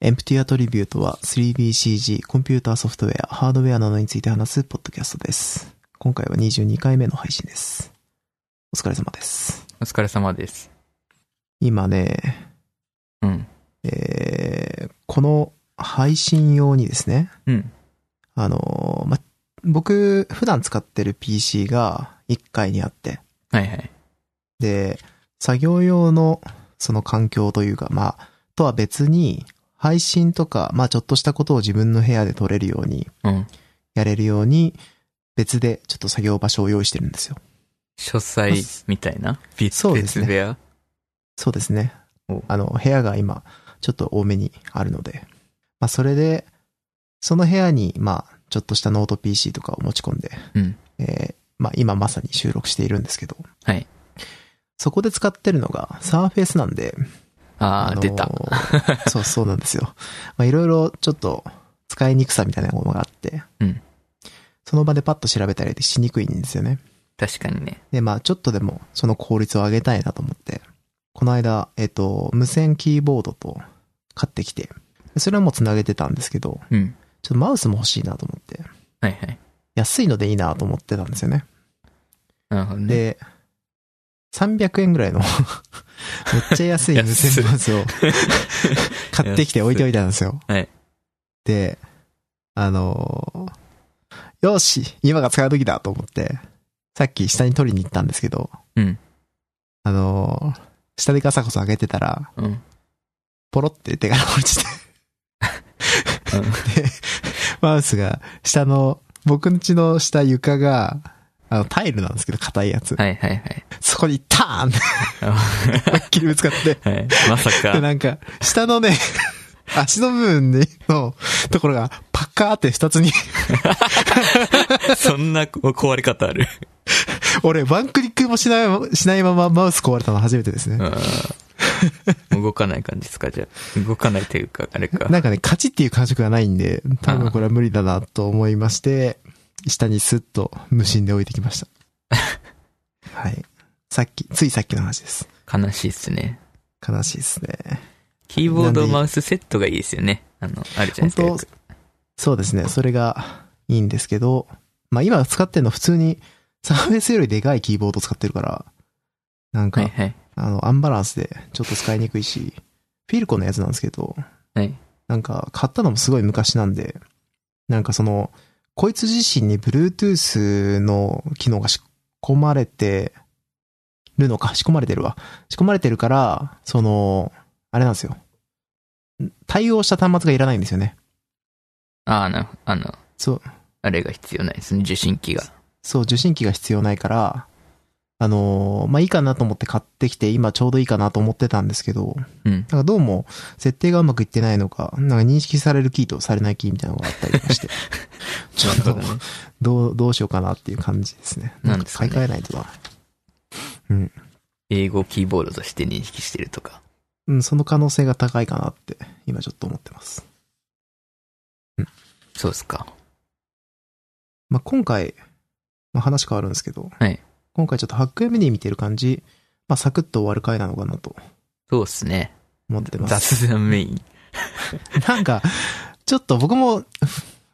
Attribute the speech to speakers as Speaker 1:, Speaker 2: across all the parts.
Speaker 1: エンプティアトリビュートは 3BCG、コンピューターソフトウェア、ハードウェアなどについて話すポッドキャストです。今回は22回目の配信です。お疲れ様です。
Speaker 2: お疲れ様です。
Speaker 1: 今ね、
Speaker 2: うん。
Speaker 1: えー、この配信用にですね、
Speaker 2: うん。
Speaker 1: あのーま、僕、普段使ってる PC が1階にあって、
Speaker 2: はいはい。
Speaker 1: で、作業用のその環境というか、まあ、とは別に、配信とか、まあちょっとしたことを自分の部屋で撮れるように、
Speaker 2: うん。
Speaker 1: やれるように、別でちょっと作業場所を用意してるんですよ。
Speaker 2: 書斎みたいなび
Speaker 1: そうです
Speaker 2: 別
Speaker 1: ね
Speaker 2: 部屋
Speaker 1: そうですね
Speaker 2: お。
Speaker 1: あの、部屋が今、ちょっと多めにあるので、まあそれで、その部屋に、まあちょっとしたノート PC とかを持ち込んで、
Speaker 2: うん
Speaker 1: えーまあ今まさに収録しているんですけど、
Speaker 2: はい。
Speaker 1: そこで使ってるのが、サーフェイスなんで、
Speaker 2: あー、
Speaker 1: のー
Speaker 2: 出た。。
Speaker 1: そう、そうなんですよ。まあ、いろいろちょっと使いにくさみたいなものがあって、
Speaker 2: うん
Speaker 1: その場でパッと調べたりしにくいんですよね。
Speaker 2: 確かにね。
Speaker 1: で、まあちょっとでもその効率を上げたいなと思って、この間、えっと、無線キーボードと買ってきて、それはもう繋げてたんですけど、
Speaker 2: うん。
Speaker 1: ちょっとマウスも欲しいなと思って、
Speaker 2: はいはい。
Speaker 1: 安いのでいいなと思ってたんですよね。
Speaker 2: なるほどね。
Speaker 1: で、300円ぐらいの、 めっちゃ安い無線マウスを買ってきて置いておいたんですよ。
Speaker 2: はい
Speaker 1: で、あのーよし今が使う時だと思って、さっき下に取りに行ったんですけど、
Speaker 2: うん
Speaker 1: あのー下でガサゴサ上げてたら、
Speaker 2: うん。うん
Speaker 1: ポロって手が落ちて、マウスが下の、僕ん家の下床が、あの、タイルなんですけど、硬いやつ。
Speaker 2: はいはいはい。
Speaker 1: そこにターンって思いっきりぶつかって、
Speaker 2: はいまさ
Speaker 1: で、
Speaker 2: か、
Speaker 1: なんか、下 のね、足の部分にのところがパッカーって二 つに、
Speaker 2: そんな壊れ方 ある。
Speaker 1: 俺ワンクリックもしない、しないままマウス壊れたの初めてですね。
Speaker 2: あー動かない感じですか、じゃあ。動かないというか、あれか。
Speaker 1: なんかね、勝ちっていう感触がないんで、多分これは無理だなと思いまして、下にスッと無心で置いてきま した。はい。さっき、ついさっきの話です。
Speaker 2: 悲しいっすね。
Speaker 1: 悲しいですね。
Speaker 2: キーボー
Speaker 1: なん
Speaker 2: ド、
Speaker 1: で
Speaker 2: マウスセットがいいですよね。あの、あるじゃないで
Speaker 1: 本
Speaker 2: すか。よ
Speaker 1: 当
Speaker 2: く
Speaker 1: そうですね。それがいいんですけど、まあ今使ってるの普通に サーフェスよりでかいキーボード使ってるから、なんか、
Speaker 2: はいはい。
Speaker 1: あの、アンバランスでちょっと使いにくいし、フィルコのやつなんですけど、
Speaker 2: はい。
Speaker 1: なんか買ったのもすごい昔なんで、なんかその、こいつ自身に Bluetooth の機能が仕込まれてるのか、仕込まれてるわ。仕込まれてるから、その、あれなんですよ。対応した端末がいらないんですよね。
Speaker 2: ああ、なるほど。あの、
Speaker 1: そう。
Speaker 2: あれが必要ないですね。受信機が。
Speaker 1: そう、受信機が必要ないから、あのーまあ、いいかなと思って買ってきて、今ちょうどいいかなと思ってたんですけど、
Speaker 2: うん
Speaker 1: なんかどうも、設定がうまくいってないのか、なんか認識されるキーとされないキーみたいなのがあったりと かして、ちょっと、
Speaker 2: ね。
Speaker 1: どう、どうしようかなっていう感じですね。
Speaker 2: なんですかね
Speaker 1: 買い替えないとな。
Speaker 2: 英語キーボードとして認識してるとか。
Speaker 1: うん、その可能性が高いかなって、今ちょっと思ってます。
Speaker 2: そうですか。
Speaker 1: まあ、今回、まあ、話変わるんですけど、
Speaker 2: はい
Speaker 1: 今回ちょっとハック MD 見てる感じ、まあ、サクッと終わる回なのかなと
Speaker 2: そうですね。
Speaker 1: 思ってます。
Speaker 2: 雑談メイン。
Speaker 1: なんか、ちょっと僕も、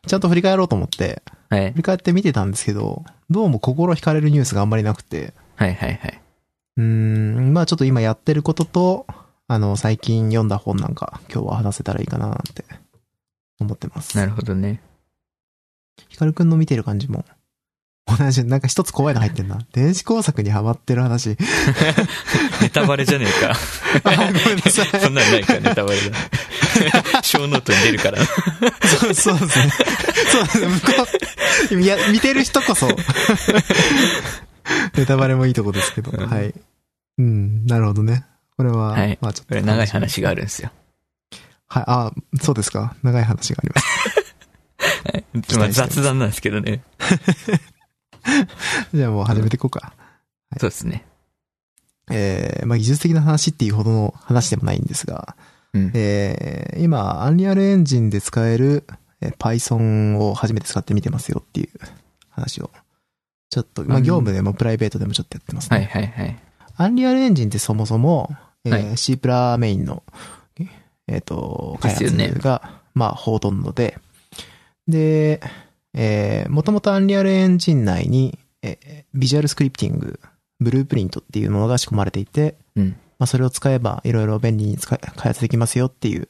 Speaker 1: ちゃんと振り返ろうと思って、
Speaker 2: はい
Speaker 1: 振。り返って見てたんですけど、どうも心惹かれるニュースがあんまりなくて、
Speaker 2: はいはいはい。
Speaker 1: うーん、まあちょっと今やってることと、あの、最近読んだ本なんか、今日は話せたらいいかななんて、思ってます。
Speaker 2: なるほどね。
Speaker 1: ヒカルくんの見てる感じも、同じ、なんか一つ怖いの入ってん な。電子工作にハマってる話。
Speaker 2: ネタバレじゃねえか。
Speaker 1: あごめんな さい。
Speaker 2: そんなんないか、ネタバレだ。 小ノートに出るか ら。
Speaker 1: そうそうですね。そうですね。向こう、いや、見てる人こそ。 ネタバレもいいとこですけど。
Speaker 2: うん
Speaker 1: はい。うん、なるほどね。これは、
Speaker 2: はい
Speaker 1: まあちょっ。
Speaker 2: ことれ長い話があ。るんですよ。
Speaker 1: はい、あ、そうですか。長い話があります。
Speaker 2: まあ雑談なんですけどね。
Speaker 1: じゃあもう始めていこうか。
Speaker 2: そうですね。
Speaker 1: えー、まあ技術的な話っていうほどの話でもないんですが、
Speaker 2: うん。
Speaker 1: えー、今、アンリアルエンジンで使えるえー Python を初めて使ってみてますよっていう話を。ちょっと、まあ
Speaker 2: うん
Speaker 1: 業務でもプライベートでもちょっとやってますね。
Speaker 2: はいはいはい。
Speaker 1: アンリアルエンジンってそもそも、えー
Speaker 2: は
Speaker 1: シープラメインの、ええっ、と、開
Speaker 2: です
Speaker 1: 発
Speaker 2: よね
Speaker 1: が、まあ、ほとんどで、で、えー、もともと Unreal Engine 内に、えービジュアルスクリプティング、ブループリントっていうものが仕込まれていて、
Speaker 2: うん
Speaker 1: まあ、それを使えばいろいろ便利に使い開発できますよっていう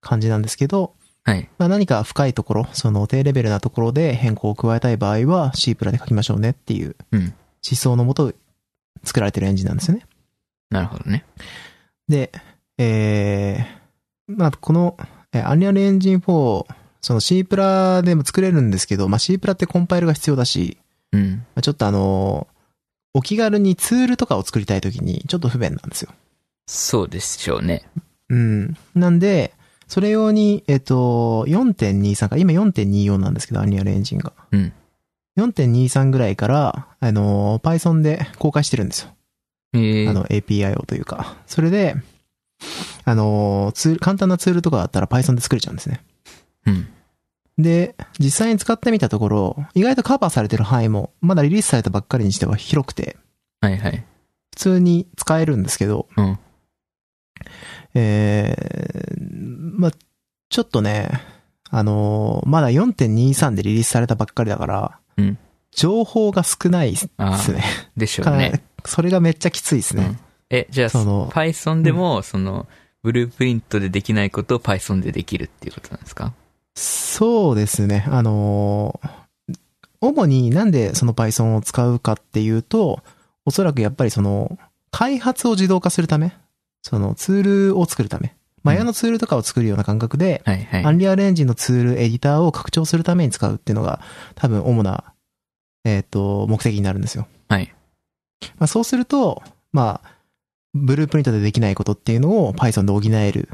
Speaker 1: 感じなんですけど、
Speaker 2: はい。
Speaker 1: まあ、何か深いところ、その低レベルなところで変更を加えたい場合は C プラで書きましょうねっていう
Speaker 2: うん
Speaker 1: 思想のもと作られてるエンジンなんですよね。
Speaker 2: なるほどね。
Speaker 1: で、えー、まあ、この、えー、Unreal Engine 4、その C プラでも作れるんですけど、まあ、C プラってコンパイルが必要だし、
Speaker 2: うん。
Speaker 1: まあ、ちょっとあのーお気軽にツールとかを作りたいときにちょっと不便なんですよ。
Speaker 2: そうでしょうね。
Speaker 1: うん。なんで、それ用に、えっ、と、4.23から、今4.24なんですけど、Unreal Engine が。
Speaker 2: うん。
Speaker 1: 4.23ぐらいから、あのー Python で公開してるんですよ。
Speaker 2: えー、
Speaker 1: あの API をというか。それで、あのーツール、簡単なツールとかだったら Python で作れちゃうんですね。
Speaker 2: うん。
Speaker 1: で、実際に使ってみたところ、意外とカバーされてる範囲も、まだリリースされたばっかりにしては広くて、
Speaker 2: はいはい。
Speaker 1: 普通に使えるんですけど、
Speaker 2: うん
Speaker 1: えー、まあちょっとね、あのーまだ4.23でリリースされたばっかりだから、
Speaker 2: うん
Speaker 1: 情報が少ないです
Speaker 2: ああ、
Speaker 1: ね。
Speaker 2: でしょ
Speaker 1: か
Speaker 2: う
Speaker 1: な
Speaker 2: ね
Speaker 1: り。それがめっちゃきついですね。
Speaker 2: うんえ、じゃあ、
Speaker 1: その
Speaker 2: Python でも、その、ブループリントでできないことを Python でできるっていうことなんですか
Speaker 1: そうですね。あのー主になんでその Python を使うかっていうと、おそらくやっぱりその、開発を自動化するため、そのツールを作るため、マヤのツールとかを作るような感覚で、
Speaker 2: はいはい。
Speaker 1: アンリアルエンジンのツール、エディターを拡張するために使うっていうのが、多分主な、えっ、と、目的になるんですよ。
Speaker 2: はい。
Speaker 1: まあ、そうすると、まあ、ブループリントでできないことっていうのを Python で補える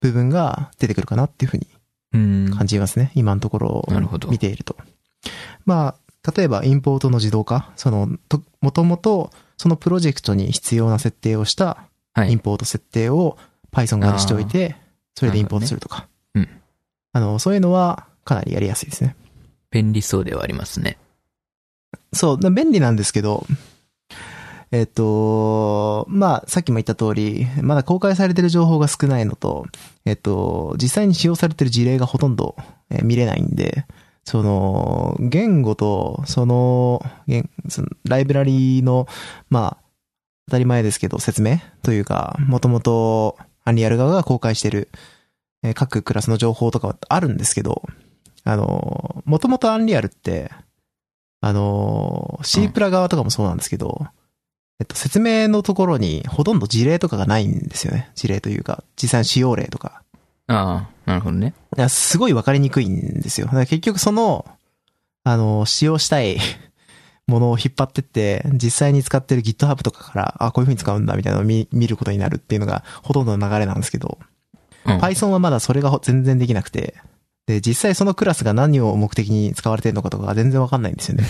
Speaker 1: 部分が出てくるかなっていうふうに
Speaker 2: うん。
Speaker 1: 感じますね。今のところを
Speaker 2: なるほど
Speaker 1: 見ていると。まあ、例えばインポートの自動化、その、と、もともとそのプロジェクトに必要な設定をした
Speaker 2: はい
Speaker 1: インポート設定を Python 側にしておいて、それでインポートするとか。
Speaker 2: なるほどね
Speaker 1: あの、そういうのはかなりやりやすいですね。
Speaker 2: 便利そうではありますね。
Speaker 1: そう、で便利なんですけど、えっと、まあ、さっきも言った通り、まだ公開されてる情報が少ないのと、えっと、実際に使用されてる事例がほとんど、えー見れないんで、その、言語と、その、言そのライブラリの、まあ、当たり前ですけど、説明というか、もともと、アンリアル側が公開してる、えー各クラスの情報とかはあるんですけど、あの、もともとアンリアルって、あの、C プラ側とかもそうなんですけど、えっと、説明のところにほとんど事例とかがないんですよね。事例というか、実際の使用例とか。
Speaker 2: ああ、なるほどね。
Speaker 1: いやすごい分かりにくいんですよ。だから結局その、あの、使用したい ものを引っ張ってって、実際に使ってる GitHub とかから、あ、こういう風に使うんだみたいなのを見見ることになるっていうのがほとんどの流れなんですけど、
Speaker 2: うん。
Speaker 1: Python はまだそれがほ全然できなくて、で、実際そのクラスが何を目的に使われてるのかとかが全然わかんないん ですよね。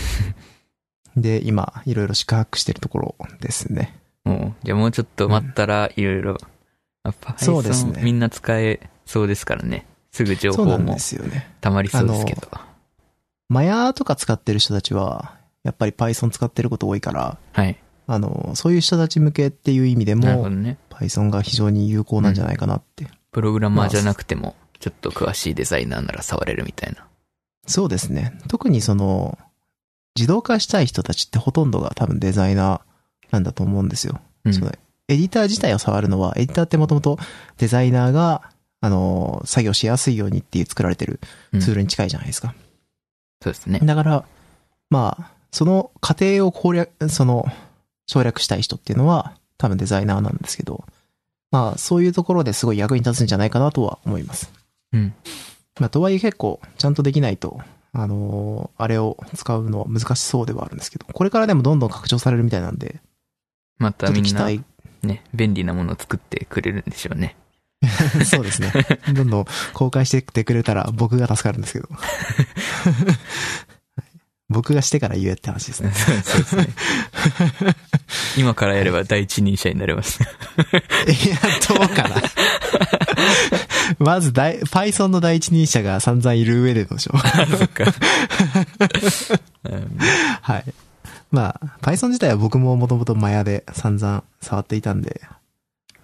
Speaker 1: で、今、いろいろ四苦八苦してるところですね。
Speaker 2: もうじゃあもうちょっと待ったらいろいろ、あ Python
Speaker 1: そうですね
Speaker 2: みんな使えそうですからね。すぐ情
Speaker 1: そうな
Speaker 2: 報
Speaker 1: んで
Speaker 2: も
Speaker 1: すよね。
Speaker 2: 溜まりそうですけど。
Speaker 1: マヤとか使ってる人たちは、やっぱり Python 使ってること多いから、
Speaker 2: はい。
Speaker 1: あの、そういう人たち向けっていう意味で
Speaker 2: なるほ
Speaker 1: も
Speaker 2: ど、ね。
Speaker 1: Python が非常に有効なんじゃないかなって。
Speaker 2: プログラマーじゃなくても、ちょっと詳しいデザイナーなら触れるみたいな。
Speaker 1: そうですね。特にその、自動化したい人たちってほとんどが多分デザイナーなんだと思うんですよ。
Speaker 2: うん
Speaker 1: そのエディター自体を触るのは、エディターってもともとデザイナーが、あの、作業しやすいようにっていう作られてるツールに近いじゃないですか。
Speaker 2: そうですね。
Speaker 1: だから、まあ、その過程を攻略、その、省略したい人っていうのは、多分デザイナーなんですけど、まあ、そういうところですごい役に立つんじゃないかなとは思います。
Speaker 2: うん。
Speaker 1: まあ、とはいえ結構、ちゃんとできないと、あのーあれを使うのは難しそうではあるんですけど、これからでもどんどん拡張されるみたいなんで、
Speaker 2: ま
Speaker 1: ちょ
Speaker 2: た
Speaker 1: っと
Speaker 2: み
Speaker 1: 期
Speaker 2: んな、
Speaker 1: 待、
Speaker 2: ね、便利なものを作ってくれるんでしょう ね。
Speaker 1: そうですね。どんどん公開してってくれたら僕が助かるんですけど。 はい僕がしてから言えって話 ですね。
Speaker 2: そうですね。今からやれば第一人者になれます。
Speaker 1: いや、どうかな。まず大、Python の第一人者が散々いる上でどうしよう。
Speaker 2: そっか。うん
Speaker 1: はい。まあ、Python 自体は僕ももともとマヤで散々触っていたんで、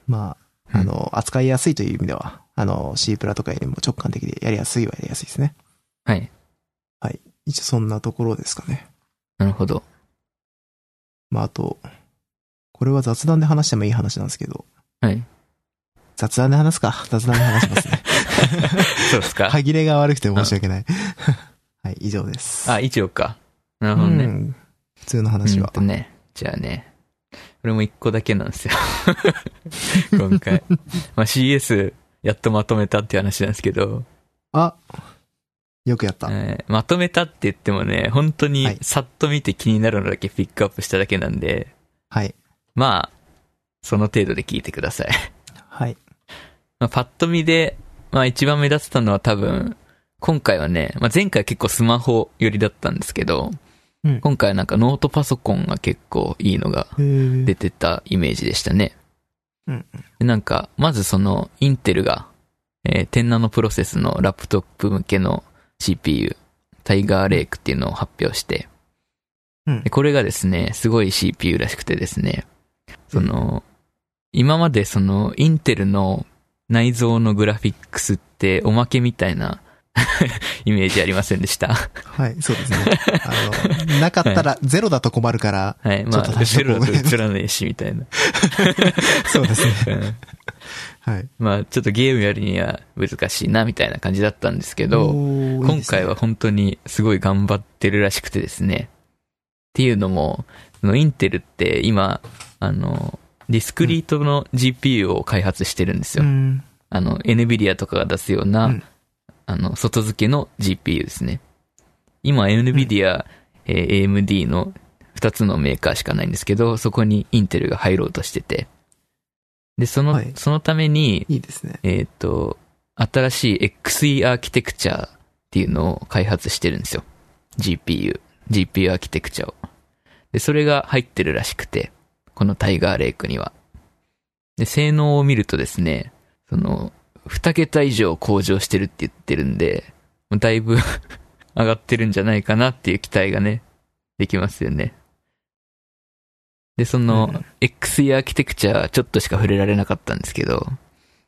Speaker 1: まあ、あの、扱いやすいという意味では、あの、C プラとかよりも直感的でやりやすいはやりやすいですね。
Speaker 2: はい。
Speaker 1: 一応そんなところですかね。
Speaker 2: なるほど。
Speaker 1: まあ、あと、これは雑談で話してもいい話なんですけど。
Speaker 2: はい。
Speaker 1: 雑談で話すか。 雑談で話します ね。
Speaker 2: そうですか。
Speaker 1: 歯切れが悪くて申し訳ない。 はい、以上です。
Speaker 2: あ、一応か。なるほど
Speaker 1: う
Speaker 2: ね。
Speaker 1: ん普通の
Speaker 2: うん、
Speaker 1: 話は。
Speaker 2: とね。じゃあね。これも一個だけなんですよ。 今回。まあ CS、やっとまとめたっていう話なんですけど、
Speaker 1: あ、よくやった。
Speaker 2: えーまとめたって言ってもね、本当
Speaker 1: はい
Speaker 2: にさっと見て気になるのだけピックアップしただけなんで、
Speaker 1: はい。
Speaker 2: まあ、その程度で聞いてください。
Speaker 1: はい。
Speaker 2: まあ、パッと見で、まあ一番目立ってたのは多分、今回はね、まあ前回結構スマホ寄りだったんですけど、
Speaker 1: うん
Speaker 2: 今回はなんかノートパソコンが結構いいのが
Speaker 1: へー
Speaker 2: 出てたイメージでしたね。
Speaker 1: うん
Speaker 2: でなんか、まずその、インテルが、えー、10ナノプロセスのラップトップ向けの CPU、タイガーレイクっていうのを発表して、
Speaker 1: うん
Speaker 2: でこれがですね、すごい CPU らしくてですね、その、今までその、インテルの内蔵のグラフィックスっておまけみたいな イメージありませんでした。
Speaker 1: はい、そうですね。あの、なかったら、ゼロだと困るから、
Speaker 2: はい、ま
Speaker 1: ちょっ
Speaker 2: あ、
Speaker 1: と
Speaker 2: 後
Speaker 1: 出
Speaker 2: ろ
Speaker 1: しと
Speaker 2: だ
Speaker 1: こう
Speaker 2: と映らないし、みたいな。
Speaker 1: そうですね。
Speaker 2: うん
Speaker 1: はい。
Speaker 2: まあちょっとゲームやるには難しいなみたいな感じだったんですけど、
Speaker 1: おーいい
Speaker 2: 今
Speaker 1: ですね
Speaker 2: 回は本当にすごい頑張ってるらしくてですね。っていうのも、そのインテルって今、あの、ディスクリートの GPU を開発してるんですよ。
Speaker 1: うん。
Speaker 2: あの、NVIDIA とかが出すような、
Speaker 1: うん
Speaker 2: あの、外付けの GPU ですね。今、NVIDIA、えー AMD の2つのメーカーしかないんですけど、そこにインテルが入ろうとしてて。で、その、
Speaker 1: はい
Speaker 2: そのために、
Speaker 1: いいですね。
Speaker 2: えっ、と、新しい XE アーキテクチャーっていうのを開発してるんですよ。GPU。GPU アーキテクチャを。で、それが入ってるらしくて、このタイガーレイクには。で、性能を見るとですね、その、2桁以上向上してるって言ってるんで、もうだいぶ 上がってるんじゃないかなっていう期待がね、できますよね。で、その
Speaker 1: うん、
Speaker 2: XE アーキテクチャーちょっとしか触れられなかったんですけど、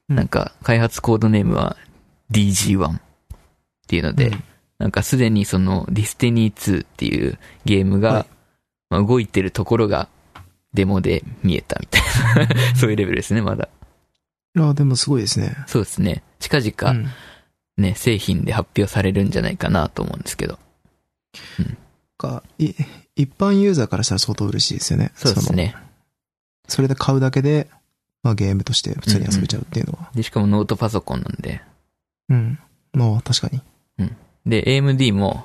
Speaker 2: なんか、開発コードネームは DG1 っていうので、
Speaker 1: うん
Speaker 2: なんかすでにその Destiny2 っていうゲームが、
Speaker 1: はい
Speaker 2: まあ、動いてるところがデモで見えたみたいな、そういうレベルですね、まだ。
Speaker 1: ああ、でもすごいですね。
Speaker 2: そうですね。近
Speaker 1: う
Speaker 2: 々
Speaker 1: ん
Speaker 2: ね、製品で発表されるんじゃないかなと思うんですけど。
Speaker 1: か、い、一般ユーザーからしたら相当嬉しいですよね。
Speaker 2: そうですね。
Speaker 1: その。それで買うだけで、まあゲームとして普通に遊べちゃうっていうのは。
Speaker 2: で、しかもノートパソコンなんで。
Speaker 1: うん。まあ確かに。
Speaker 2: で、AMD も、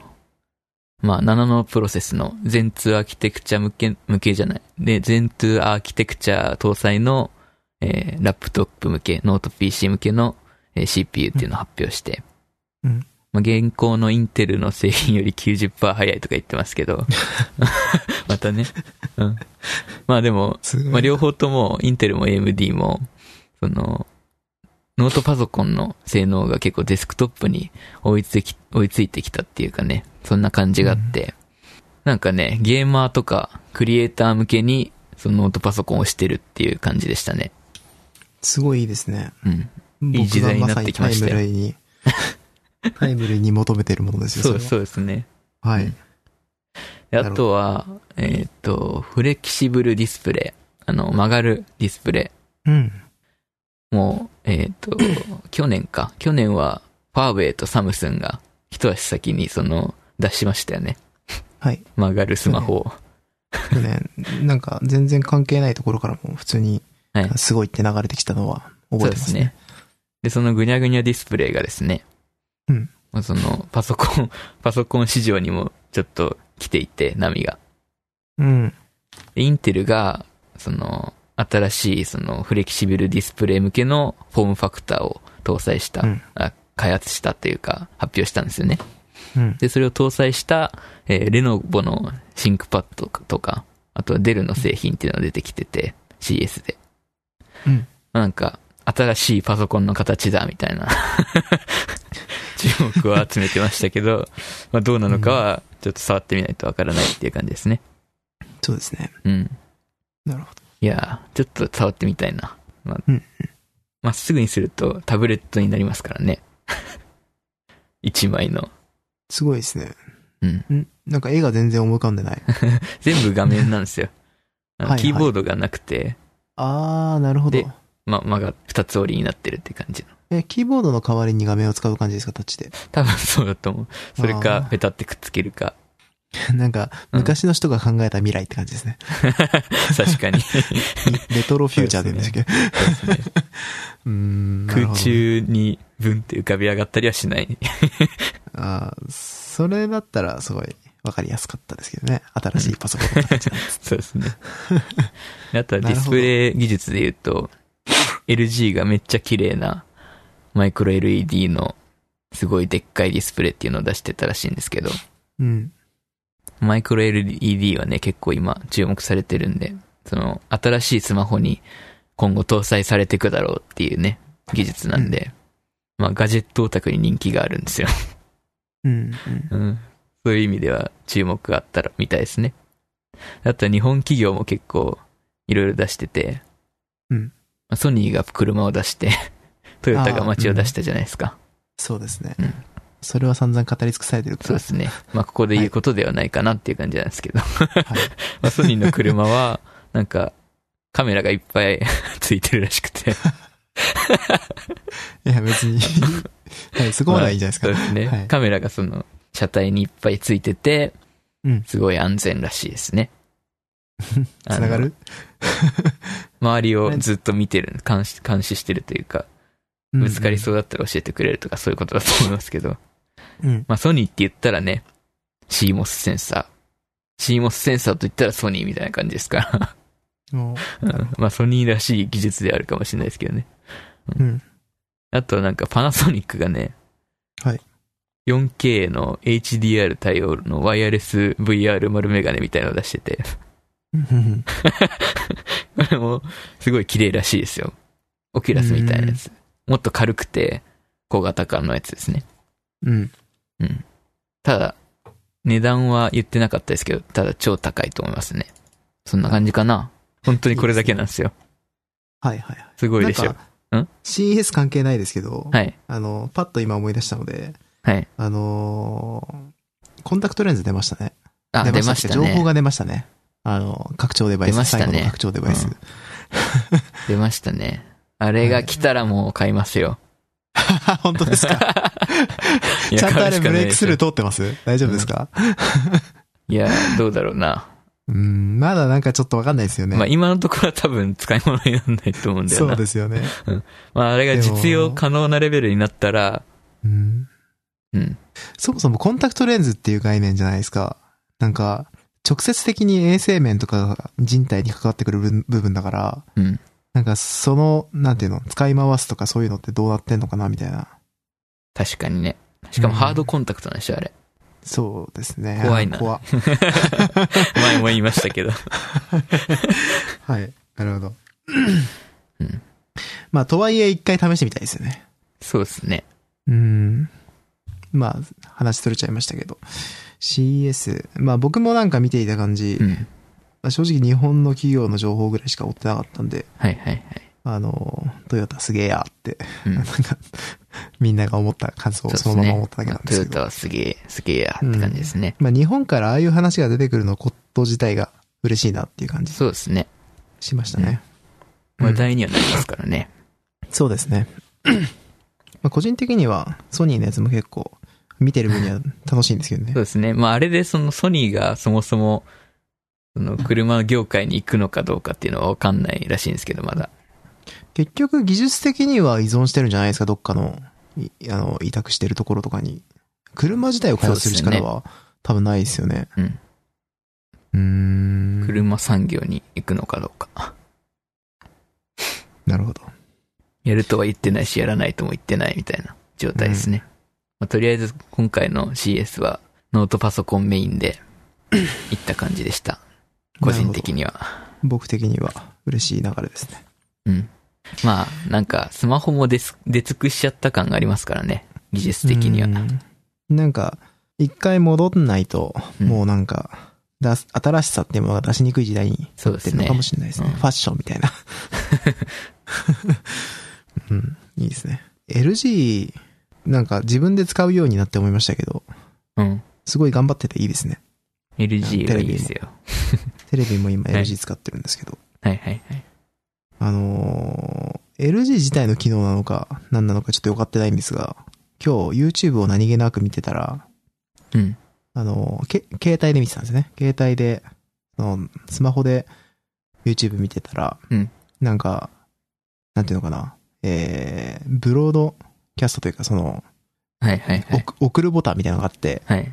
Speaker 2: まあ、7のプロセスの Zen2 アーキテクチャ向け、向けじゃない。で、Zen2 アーキテクチャ搭載の、えーラップトップ向け、ノート PC 向けの、えー CPU っていうのを発表して。
Speaker 1: うん
Speaker 2: まあ、現行のインテルの製品より90%早いとか言ってます けど。 またね。うん。まあでも、
Speaker 1: すごい。
Speaker 2: まあ、両方とも、インテルも AMD も、その、ノートパソコンの性能が結構デスクトップに追いつき、追いついてきたっていうかね、そんな感じがあって、なんかね、ゲーマーとかクリエイター向けに、そのノートパソコンをしてるっていう感じでしたね。
Speaker 1: すごいいいですね。
Speaker 2: うん。いい
Speaker 1: 僕
Speaker 2: 時
Speaker 1: が
Speaker 2: 代に
Speaker 1: ま
Speaker 2: な
Speaker 1: さ
Speaker 2: って
Speaker 1: に
Speaker 2: き
Speaker 1: タ
Speaker 2: ま
Speaker 1: イ
Speaker 2: した
Speaker 1: ム
Speaker 2: よ
Speaker 1: レイ に、タイムレイに求めてるものですよ、
Speaker 2: そう
Speaker 1: れは
Speaker 2: そうですね。
Speaker 1: は
Speaker 2: うん
Speaker 1: い。
Speaker 2: で
Speaker 1: な
Speaker 2: あ
Speaker 1: るほ
Speaker 2: とは、えーっ、と、フレキシブルディスプレイ。あの、曲がるディスプレイ。
Speaker 1: うん。
Speaker 2: もう、えっ、と、 去年か。去年は、ファーウェイとサムスンが、一足先にその、出しましたよね。
Speaker 1: はい。
Speaker 2: 曲がるスマホを。
Speaker 1: 去年、なんか全然関係ないところからも普通に
Speaker 2: はい、
Speaker 1: すごいって流れてきたのは覚えてますね。。
Speaker 2: で、そのぐにゃぐにゃディスプレイがですね。
Speaker 1: うん
Speaker 2: まあその、パソコン、 パソコン市場にも、ちょっと来ていて、波が。
Speaker 1: うん。
Speaker 2: でインテルが、その、新しい、その、フレキシブルディスプレイ向けのフォームファクターを搭載した、
Speaker 1: うん
Speaker 2: あ開発したというか、発表したんですよね。
Speaker 1: うん。
Speaker 2: で、それを搭載した、えーレノボのシンクパッドとか、あとはデルの製品っていうのが出てきてて、CS で。
Speaker 1: うん
Speaker 2: まあなんか、新しいパソコンの形だ、みた いな。注目を集めてましたけど、まあどうなのかは、ちょっと触ってみないとわからないっていう感じですね。
Speaker 1: そうですね。
Speaker 2: うん。
Speaker 1: なるほど。
Speaker 2: いやー、ちょっと触ってみたいな。まあ
Speaker 1: うん
Speaker 2: まっすぐにするとタブレットになりますからね。 一枚の。
Speaker 1: すごいですね。
Speaker 2: うん。
Speaker 1: なんか絵が全然思い浮かんで ない。
Speaker 2: 全部画面なんですよ。あの
Speaker 1: はいはい
Speaker 2: キーボードがなくて、
Speaker 1: あー、なるほど。
Speaker 2: でま、間が二つ折りになってるって感じの。
Speaker 1: え、キーボードの代わりに画面を使う感じですか、タッチで。
Speaker 2: 多分そうだと思う。それ
Speaker 1: あ
Speaker 2: か
Speaker 1: ー、
Speaker 2: ペタってくっつけるか。
Speaker 1: なんか、
Speaker 2: うん
Speaker 1: 昔の人が考えた未来って感じです ね。
Speaker 2: 確かに。
Speaker 1: レトロフューチャーで言うんですけど。 うーん。 なる
Speaker 2: 空
Speaker 1: ほど
Speaker 2: 中にブンって浮かび上がったりはしない。
Speaker 1: あーそれだったらすごいわかりやすかったですけどね。新しいパソコンの形なんです。
Speaker 2: そうで すね。あとはディスプレイ技術で言うと、LG がめっちゃ綺麗なマイクロ LED のすごいでっかいディスプレイっていうのを出してたらしいんですけど、
Speaker 1: うん。
Speaker 2: マイクロ LED はね、結構今注目されてるんで、その新しいスマホに今後搭載されていくだろうっていうね、技術なんで、まあガジェットオタクに人気があるんですよ。
Speaker 1: うん。
Speaker 2: うん。そういう意味では注目があったらみたいですね。あとは日本企業も結構いろいろ出してて、
Speaker 1: うん
Speaker 2: まあソニーが車を出して、トヨタが街を出したじゃないですか。
Speaker 1: そうですね
Speaker 2: うん。
Speaker 1: それは散々語り尽くされてるか
Speaker 2: そう
Speaker 1: ら。
Speaker 2: ですね。まあここで言うことではないかなっていう感じなんですけど。
Speaker 1: はい。
Speaker 2: まあソニーの車は、 なんか、カメラがいっぱい ついてるらしくて。
Speaker 1: いや、 別に。はい、そこまではいいんじゃないですか。
Speaker 2: まあそうですね、
Speaker 1: はい
Speaker 2: カメラがその、車体にいっぱいついてて、
Speaker 1: うん。
Speaker 2: すごい安全らしいですね
Speaker 1: つなが
Speaker 2: あの
Speaker 1: る
Speaker 2: 周りをずっと見てる、監視、監視してるというか、ぶつかりそうだったら教えてくれるとかそういうことだと思いますけど、
Speaker 1: うん。うん。
Speaker 2: まあソニーって言ったらね、CMOS センサー。CMOS センサーと言ったらソニーみたいな感じですから。
Speaker 1: も
Speaker 2: うんまあソニーらしい技術であるかもしれないですけどね。
Speaker 1: ううん。
Speaker 2: あとなんかパナソニックがね、
Speaker 1: はい。
Speaker 2: 4K の HDR 対応のワイヤレス VR 丸メガネみたいなのを出して て、
Speaker 1: うん
Speaker 2: これもすごい綺麗らしいですよ。オキュラスみたいなやつ。もっと軽くて小型感のやつですね。
Speaker 1: うん。
Speaker 2: うん。ただ、値段は言ってなかったですけど、ただ超高いと思いますね。そんな感じかな。本当にこれだけなんですよ。
Speaker 1: はいはいはい。
Speaker 2: すごい
Speaker 1: な
Speaker 2: で
Speaker 1: ん
Speaker 2: しょ
Speaker 1: か。、
Speaker 2: うん
Speaker 1: CS 関係ないですけど、
Speaker 2: はい。
Speaker 1: あの、パッと今思い出したので、
Speaker 2: はい。
Speaker 1: あのーコンタクトレンズ出ましたね。
Speaker 2: あ、出ました
Speaker 1: っけ情報
Speaker 2: ね。
Speaker 1: が出ましたね。あの、拡張デバイス。
Speaker 2: 出ましたね
Speaker 1: 最後の拡張デバイ ス。
Speaker 2: うん出ましたね。あれが来たらもう買いますよ。
Speaker 1: 本当ですか
Speaker 2: いや
Speaker 1: ちゃんとあれ
Speaker 2: 買うし
Speaker 1: ブ
Speaker 2: かない
Speaker 1: レイ
Speaker 2: で
Speaker 1: ク
Speaker 2: す
Speaker 1: ス
Speaker 2: よ
Speaker 1: ルー通ってます大丈夫ですか、
Speaker 2: いや、どうだろうな。
Speaker 1: うん、まだなんかちょっとわかんないですよね。
Speaker 2: まあ今のところは多分使い物にならないと思うんだよ
Speaker 1: そう
Speaker 2: な。
Speaker 1: ですよね。
Speaker 2: まああれが実用可能なレベルになったら、
Speaker 1: うん
Speaker 2: うん。
Speaker 1: そもそもコンタクトレンズっていう概念じゃないですか。なんか、直接的に衛生面とか人体に関わってくる部部分だから、
Speaker 2: うん。
Speaker 1: なんかその、なんていうの、使い回すとかそういうのってどうなってんのかなみたいな。
Speaker 2: 確かにね。しかもハードコンタクトなんでしょ、あれ。
Speaker 1: そうですね。
Speaker 2: 怖いな
Speaker 1: 怖。
Speaker 2: 前も言いましたけど。
Speaker 1: はい。なるほ ど。
Speaker 2: うん
Speaker 1: まあ、とはいえ一回試してみたいですよね。
Speaker 2: そうですね。
Speaker 1: うん。まあ、話取れちゃいましたけど。CS。まあ僕もなんか見ていた感じ、
Speaker 2: うん。
Speaker 1: まあ正直日本の企業の情報ぐらいしか追ってなかったんで、
Speaker 2: はいはいはい。
Speaker 1: あの、トヨタすげえやって、
Speaker 2: うん
Speaker 1: なんか、みんなが思った感想をそのまま思っただけなんで
Speaker 2: ト
Speaker 1: す
Speaker 2: ヨ
Speaker 1: けど。
Speaker 2: タはすげえ、すげえやって感じですね。
Speaker 1: まあ日本からああいう話が出てくるのこと自体が嬉しいなっていう感じ
Speaker 2: そうですね。
Speaker 1: しましたね。うん
Speaker 2: 話題にはなりますからね。
Speaker 1: そうですね。まあ個人的にはソニーのやつも結構見てる分には楽しいんですけどね
Speaker 2: そう。ですね。まああれでそのソニーがそもそも、その車業界に行くのかどうかっていうのはわかんないらしいんですけど、まだ。
Speaker 1: 結局技術的には依存してるんじゃないですか、どっかの、いあの、委託してるところとかに。車自体を開発する力は多分ないですよね。
Speaker 2: うん
Speaker 1: うーん。
Speaker 2: 車産業に行くのかどうか。
Speaker 1: なるほど。
Speaker 2: やるとは言ってないし、やらないとも言ってないみたいな状態ですね。まあ、とりあえず今回の CS はノートパソコンメイ ンで行った感じでした。個人的には。
Speaker 1: 僕的には嬉しい流れですね。
Speaker 2: うん。まあ、なんかスマホも出す出尽くしちゃった感がありますからね。技術的には。
Speaker 1: うんなんか、一回戻んないと、
Speaker 2: うん
Speaker 1: もうなんか、出す、新しさっていうものが出しにくい時代に
Speaker 2: そうで
Speaker 1: ってる
Speaker 2: す
Speaker 1: の
Speaker 2: ね
Speaker 1: か。もしれないですね。
Speaker 2: うん
Speaker 1: ファッションみたいな。うん。いいですね。LG、なんか自分で使うようになって思いましたけど、
Speaker 2: うん。
Speaker 1: すごい頑張ってていいですね。
Speaker 2: LG がいいですよ。
Speaker 1: テレビも今
Speaker 2: はい
Speaker 1: LG 使ってるんですけど、
Speaker 2: はいはいはい。
Speaker 1: あのー LG 自体の機能なのか何なのかちょっとよかってないんですが、今日 YouTube を何気なく見てたら、
Speaker 2: うん。
Speaker 1: あのーけ、携帯で見てたんですね。携帯で、そのスマホで YouTube 見てたら、
Speaker 2: うん
Speaker 1: なんか、なんていうのかな、えー、ブロードキャストというかその、
Speaker 2: はいはいはい。
Speaker 1: 送送るボタンみたいなのがあって、
Speaker 2: はい。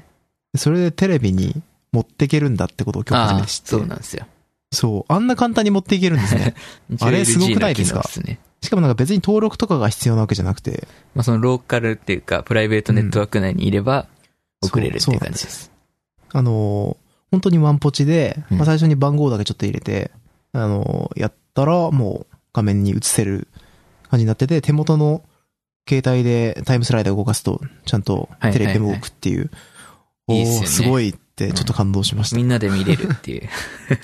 Speaker 1: それでテレビに持っていけるんだってことを今日初
Speaker 2: あ
Speaker 1: め
Speaker 2: あ、
Speaker 1: て知って。
Speaker 2: そうなんですよ。
Speaker 1: そう。あんな簡単に持っていけるんです ね。あれすごくないですか
Speaker 2: LG の機能すね。
Speaker 1: しかもなんか別に登録とかが必要なわけじゃなくて、
Speaker 2: まあそのローカルっていうか、プライベートネットワーク内にいれば、送れるっていう感じです。
Speaker 1: あのー本当にワンポチで、
Speaker 2: うん
Speaker 1: まあ、最初に番号だけちょっと入れて、あのーやったらもう画面に映せる感じになってて、手元の携帯でタイムスライダー動かすと、ちゃんと
Speaker 2: はい
Speaker 1: テレビでも動くっていう、
Speaker 2: はいはいいいっす
Speaker 1: お
Speaker 2: よ
Speaker 1: ー
Speaker 2: ね
Speaker 1: すごいってちょっと感動しました。
Speaker 2: みんなで見れるっ ていう。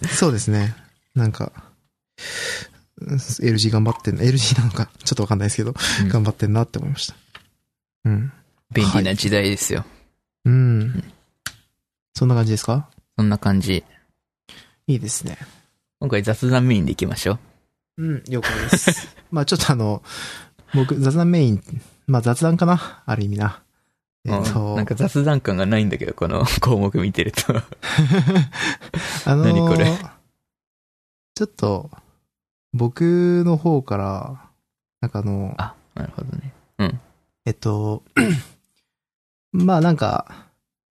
Speaker 1: そうですね。なんか、うん LG 頑張ってんな、LG なのか、ちょっとわかんないですけど、
Speaker 2: うん
Speaker 1: 頑張ってんなって思いました。うん。
Speaker 2: 便利な時代ですよ。
Speaker 1: うん。そんな感じですか
Speaker 2: そんな感じ。
Speaker 1: いいですね。
Speaker 2: 今回雑談メインでいきましょう。
Speaker 1: うん、了解です。 まあちょっとあの、僕、雑談メイン、まあ雑談かなある意味な。えっ
Speaker 2: うん
Speaker 1: と、
Speaker 2: なんか雑談感がないんだけど、この 項目見てると。
Speaker 1: あのー
Speaker 2: 何これ
Speaker 1: ちょっと、僕の方から、なんかあの、
Speaker 2: あ、なるほどね。
Speaker 1: えっと、まあなんか、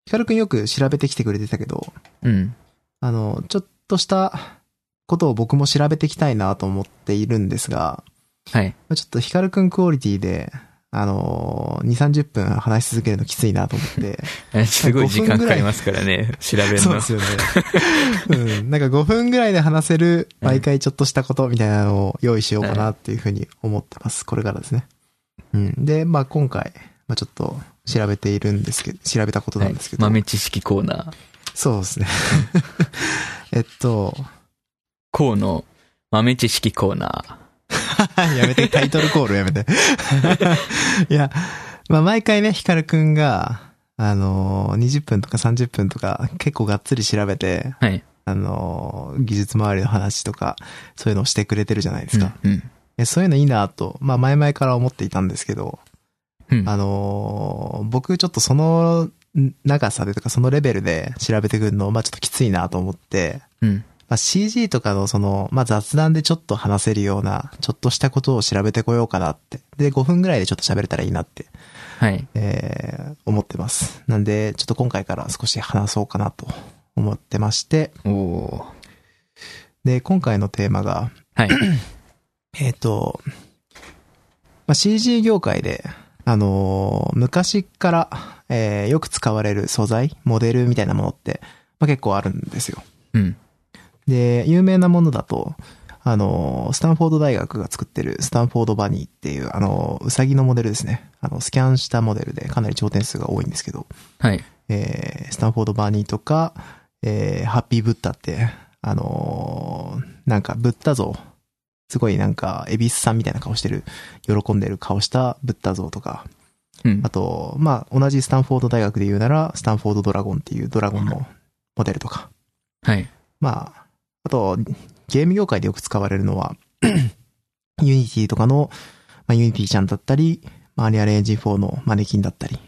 Speaker 1: ヒカルくんよく調べてきてくれてたけど、
Speaker 2: うん。
Speaker 1: あの、ちょっとしたことを僕も調べていきたいなと思っているんですが、
Speaker 2: はい。
Speaker 1: まあちょっとヒカルくんクオリティで、あの、2、30分話し続けるのきついなと思って。
Speaker 2: すごい時間かかりますからね、調べ る
Speaker 1: そうで
Speaker 2: の。
Speaker 1: すよね。うん。なんか5分ぐらいで話せる、
Speaker 2: うん
Speaker 1: 毎回ちょっとしたことみたいなのを用意しようかなっていうふうに思ってます。これからですね。うん。で、まあ今回、まあちょっと調べているんですけど、調べたこと
Speaker 2: は
Speaker 1: ないんですけど。
Speaker 2: 豆知識コーナー。
Speaker 1: そうですね。 えっと、
Speaker 2: コーの豆知識コーナ
Speaker 1: やめて、タイトルコールやめて。 いや、まあ毎回ね、ヒカルくんが、あのー、20分とか30分とか結構がっつり調べて、
Speaker 2: ー。はい。
Speaker 1: あのー、技術周りの話とか、そういうのをしてくれてるじゃないですか。
Speaker 2: うん。うん
Speaker 1: えそういうのいいなと、まあ前々から思っていたんですけど、
Speaker 2: うん。
Speaker 1: あのー僕ちょっとその長さでとかそのレベルで調べてくるの、まあちょっときついなと思って、
Speaker 2: うん。
Speaker 1: まあ、CG とかのその、まあ、雑談でちょっと話せるような、ちょっとしたことを調べてこようかなって。で、5分ぐらいでちょっと喋れたらいいなって、
Speaker 2: はい。
Speaker 1: えー、思ってます。なんで、ちょっと今回から少し話そうかなと思ってまして。
Speaker 2: おお
Speaker 1: で、今回のテーマが、
Speaker 2: はい。
Speaker 1: えっ、と、まあ、CG 業界で、あのー昔から、えー、よく使われる素材、モデルみたいなものって、まあ、結構あるんですよ。
Speaker 2: うん。
Speaker 1: で、有名なものだと、あの、スタンフォード大学が作ってるスタンフォードバニーっていう、あの、ウサギのモデルですね。あの、スキャンしたモデルでかなり頂点数が多いんですけど、
Speaker 2: はい。
Speaker 1: えー、スタンフォードバニーとか、えー、ハッピーブッダって、あのーなんかブッダ像。すごいなんか、エビスさんみたいな顔してる、喜んでる顔したブッダ像とか、
Speaker 2: うん
Speaker 1: あ。と、まあ、同じスタンフォード大学で言うなら、スタンフォードドラゴンっていうドラゴンのモデルとか、
Speaker 2: はい。
Speaker 1: まあ、あと、ゲーム業界でよく使われるのは、 ユニティとかの、まあ、ユニティちゃんだったり、まあ、アニアレンジ4のマネキンだったり、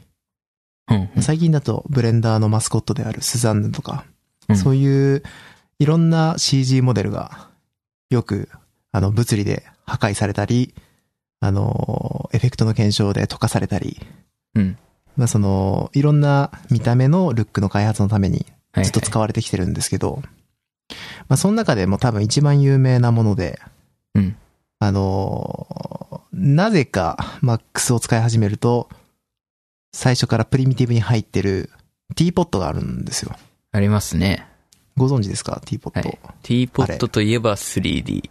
Speaker 2: うん。
Speaker 1: 最近だとブレンダーのマスコットであるスザンヌとか、
Speaker 2: うん
Speaker 1: そういういろんな CG モデルがよく、あの、物理で破壊されたり、あの、エフェクトの検証で溶かされたり、
Speaker 2: うん
Speaker 1: まあ、その、いろんな見た目のルックの開発のためにずっと使われてきてるんですけど、まあその中でも多分一番有名なもので、
Speaker 2: うん
Speaker 1: あのーなぜか Max を使い始めると、最初からプリミティブに入ってるティーポットがあるんですよ。
Speaker 2: ありますね。
Speaker 1: ご存知ですかティーポット。
Speaker 2: はいティーポットといえば 3D。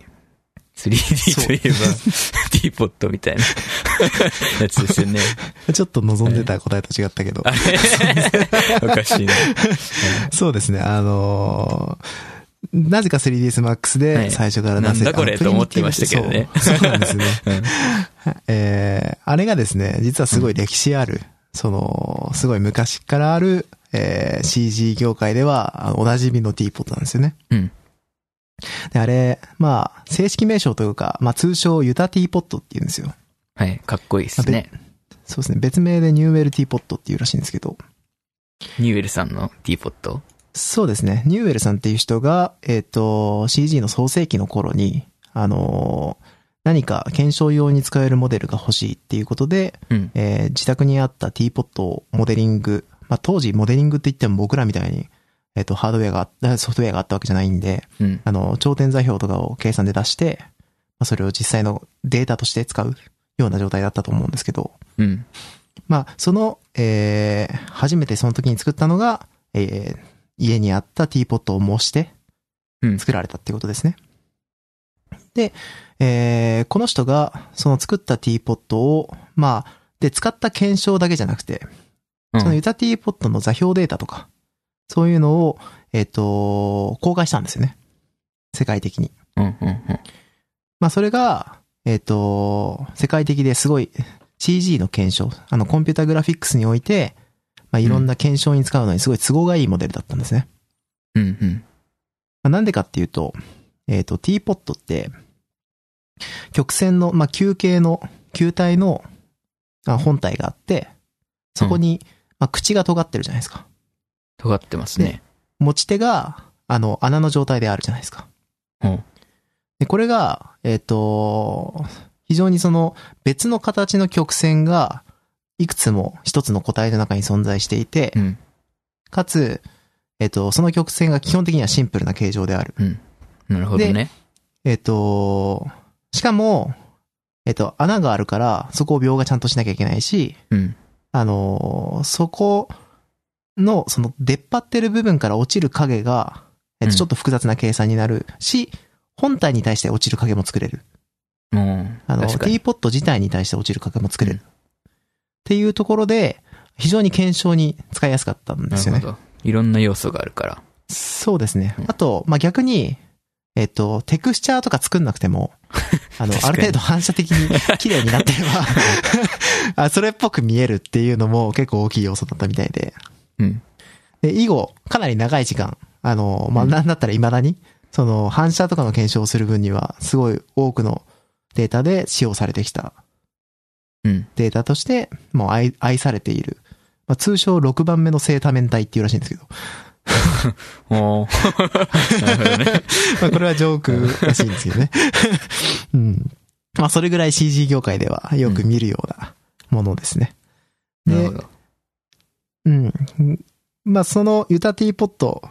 Speaker 2: 3D といえば、ティーポットみたいなやつです よね。
Speaker 1: ちょっと望んでた答えと違ったけど
Speaker 2: あ。れおかしいな。
Speaker 1: そうですね、あのーなぜか 3DSMAX
Speaker 2: は
Speaker 1: で
Speaker 2: い
Speaker 1: 最初から
Speaker 2: なん
Speaker 1: なぜ
Speaker 2: だこれと思っていましたけどね。
Speaker 1: そうそうなんですね。
Speaker 2: うん
Speaker 1: えー、あれがですね、実はすごい歴史ある、その、すごい昔からある、えー CG 業界では、あのおなじみの T ポットなんですよね。
Speaker 2: うん
Speaker 1: で、あれ、まあ、正式名称というか、まあ、通称ユタ T ポットって言うんですよ。
Speaker 2: はい、かっこいいですね。
Speaker 1: そうですね、別名でニューウェル T ポットっていうらしいんですけど、
Speaker 2: ニューエルさんのティーポット。
Speaker 1: そうですね。ニューウェルさんっていう人が、えっ、と、CG の創世期の頃に、あのー何か検証用に使えるモデルが欲しいっていうことで、
Speaker 2: うん。
Speaker 1: えー自宅にあったティーポットをモデリング、まあ、当時モデリングって言っても僕らみたいに、えっ、と、ハードウェアがあった、ソフトウェアがあったわけじゃないんで、
Speaker 2: うん。
Speaker 1: あの、頂点座標とかを計算で出して、まあ、それを実際のデータとして使うような状態だったと思うんですけど、
Speaker 2: うん。
Speaker 1: まあ、その、えー、初めてその時に作ったのが、えー、家にあったティーポットを模して
Speaker 2: うん、
Speaker 1: 作られたっていうことですね。で、えー、この人が、その作ったティーポットを、まあ、で、使った検証だけじゃなくて、
Speaker 2: うん
Speaker 1: そのユタティーポットの座標データとか、そういうのを、えっ、と、公開したんですよね。世界的に。
Speaker 2: うん。うん。うん
Speaker 1: まあ、それが、えっ、と、世界的ですごい CG の検証、あの、コンピュータグラフィックスにおいて、まあ、いろんな検証に使うのにすごい都合がいいモデルだったんですね。
Speaker 2: うん。うん。
Speaker 1: まあな、ん、でかっていうと、えっ、と、ティーポットって、曲線の、まあ、球形の、球体の、あ本体があって、そこに、まあ、口が尖ってるじゃないですか。
Speaker 2: 尖ってますね。
Speaker 1: 持ち手が、あの、穴の状態であるじゃないですか。
Speaker 2: うん
Speaker 1: で、これが、えっ、と、非常にその、別の形の曲線が、いくつも一つの個体の中に存在していて
Speaker 2: う、ん。
Speaker 1: かつ、えっ、と、その曲線が基本的にはシンプルな形状である。
Speaker 2: なるほどね。
Speaker 1: えっ、と、しかも、えっ、と、穴があるから、そこを描画ちゃんとしなきゃいけないし、
Speaker 2: うん。
Speaker 1: あのーそこの、その出っ張ってる部分から落ちる影が、えっ
Speaker 2: う
Speaker 1: と、
Speaker 2: ん
Speaker 1: ちょっと複雑な計算になるし、本体に対して落ちる影も作れる。
Speaker 2: うん。
Speaker 1: あの、
Speaker 2: 確
Speaker 1: テ
Speaker 2: か
Speaker 1: ィ
Speaker 2: に。
Speaker 1: ーポット自体に対して落ちる影も作れる。
Speaker 2: うん
Speaker 1: っていうところで、非常に検証に使いやすかったんで
Speaker 2: な
Speaker 1: す
Speaker 2: る
Speaker 1: よ
Speaker 2: ほ
Speaker 1: ね。
Speaker 2: ど。いろんな要素があるから。
Speaker 1: そうですね
Speaker 2: うん。
Speaker 1: あと、まあ、逆に、えっと、テクスチャーとか作んなくて も、あの、
Speaker 2: 確か
Speaker 1: あ
Speaker 2: に
Speaker 1: る程度反射的に 綺麗になってれ ば、あ、それっぽく見えるっていうのも結構大きい要素だったみたいで。
Speaker 2: うん。
Speaker 1: で、以後、かなり長い時間、あの、まあ、
Speaker 2: うん
Speaker 1: なんだったら未だに、その、反射とかの検証をする分には、すごい多くのデータで使用されてきた
Speaker 2: うん。
Speaker 1: データとして、もう愛愛されている。まあ、通称6番目の正多面体っていうらしいんですけど、
Speaker 2: おーなるほどね。
Speaker 1: まあ、これはジョークらしいんですけど ね。うん。まあ、それぐらい CG 業界ではよく見るようなものですね。
Speaker 2: なる
Speaker 1: で
Speaker 2: ほ、ど。
Speaker 1: うん。まあ、そのユタティーポット、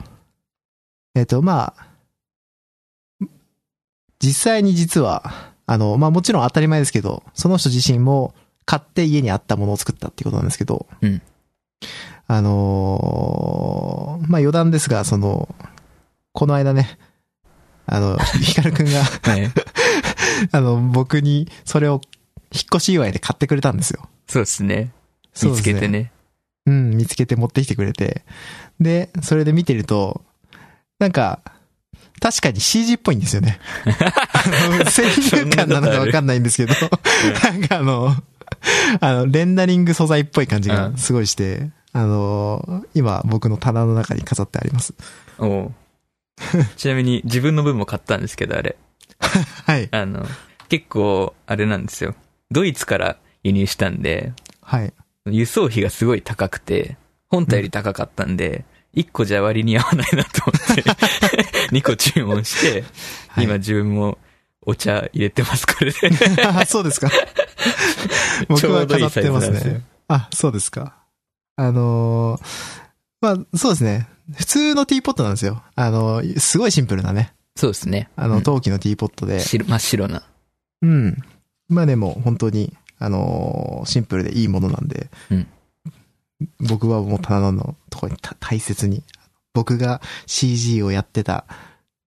Speaker 1: えっ、と、まあ、実際に実は、あの、まあもちろん当たり前ですけど、その人自身も買って家にあったものを作ったっていうことなんですけど、
Speaker 2: うん
Speaker 1: あのーまあ余談ですが、その、この間ね、あの、 ヒカルくんが、
Speaker 2: はい。
Speaker 1: あの、僕にそれを引っ越し祝いで買ってくれたんですよ。
Speaker 2: そうですね。見つけてね。
Speaker 1: うん、見つけて持ってきてくれて。で、それで見てると、なんか、確かに CG っぽいんですよね。あの先入観なのかわかんないんですけど、なんかあの、あの、レンダリング素材っぽい感じ
Speaker 2: う
Speaker 1: が
Speaker 2: ん
Speaker 1: すごいして、あの、今僕の棚の中に飾ってあります。
Speaker 2: おう ちなみに自分の分も買ったんですけど、あれ。
Speaker 1: はい。
Speaker 2: あの、結構、あれなんですよ。ドイツから輸入したんで、
Speaker 1: はい。
Speaker 2: 輸送費がすごい高くて、本体より高かったんで、1個じゃ割に合わないなと思 って、2個注文して、
Speaker 1: はい
Speaker 2: 今自分もお茶入れてます、これ で。
Speaker 1: あそう ですか。僕は飾ってます
Speaker 2: ちょうどいいサイズなんですよ
Speaker 1: ね。あ、そうですか。あのーまあ、そうですね。普通のティーポットなんですよ。あのーすごいシンプルなね。
Speaker 2: そうですね。
Speaker 1: あ
Speaker 2: う
Speaker 1: の、
Speaker 2: ん
Speaker 1: 陶器のティーポットで。
Speaker 2: 白真っ白な。
Speaker 1: うん。まあでも、本当に、あのーシンプルでいいものなんで。
Speaker 2: うん
Speaker 1: 僕はもう棚のとこにた大切に。僕が CG をやってたっ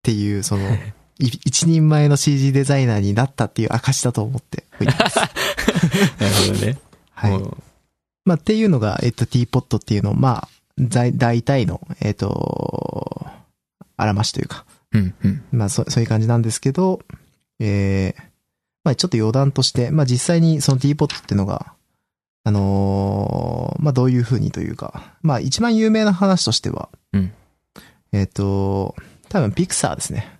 Speaker 1: ていう、 その、い一人前の CG デザイナーになったっていう証だと思って置いて ます。
Speaker 2: なるほどね。
Speaker 1: はい。
Speaker 2: もう
Speaker 1: まあ、っていうのが、えっと、ティーポットっていうのを、まあ、在大体の、えっと、あらましというか、
Speaker 2: うん、うん。
Speaker 1: まあそ、そういう感じなんですけど、えー、まあちょっと余談として、まあ実際にそのティーポットっていうのが、あのーまあどういう風にというか、まあ一番有名な話としては、
Speaker 2: うん
Speaker 1: えっ、と、多分ピクサーですね。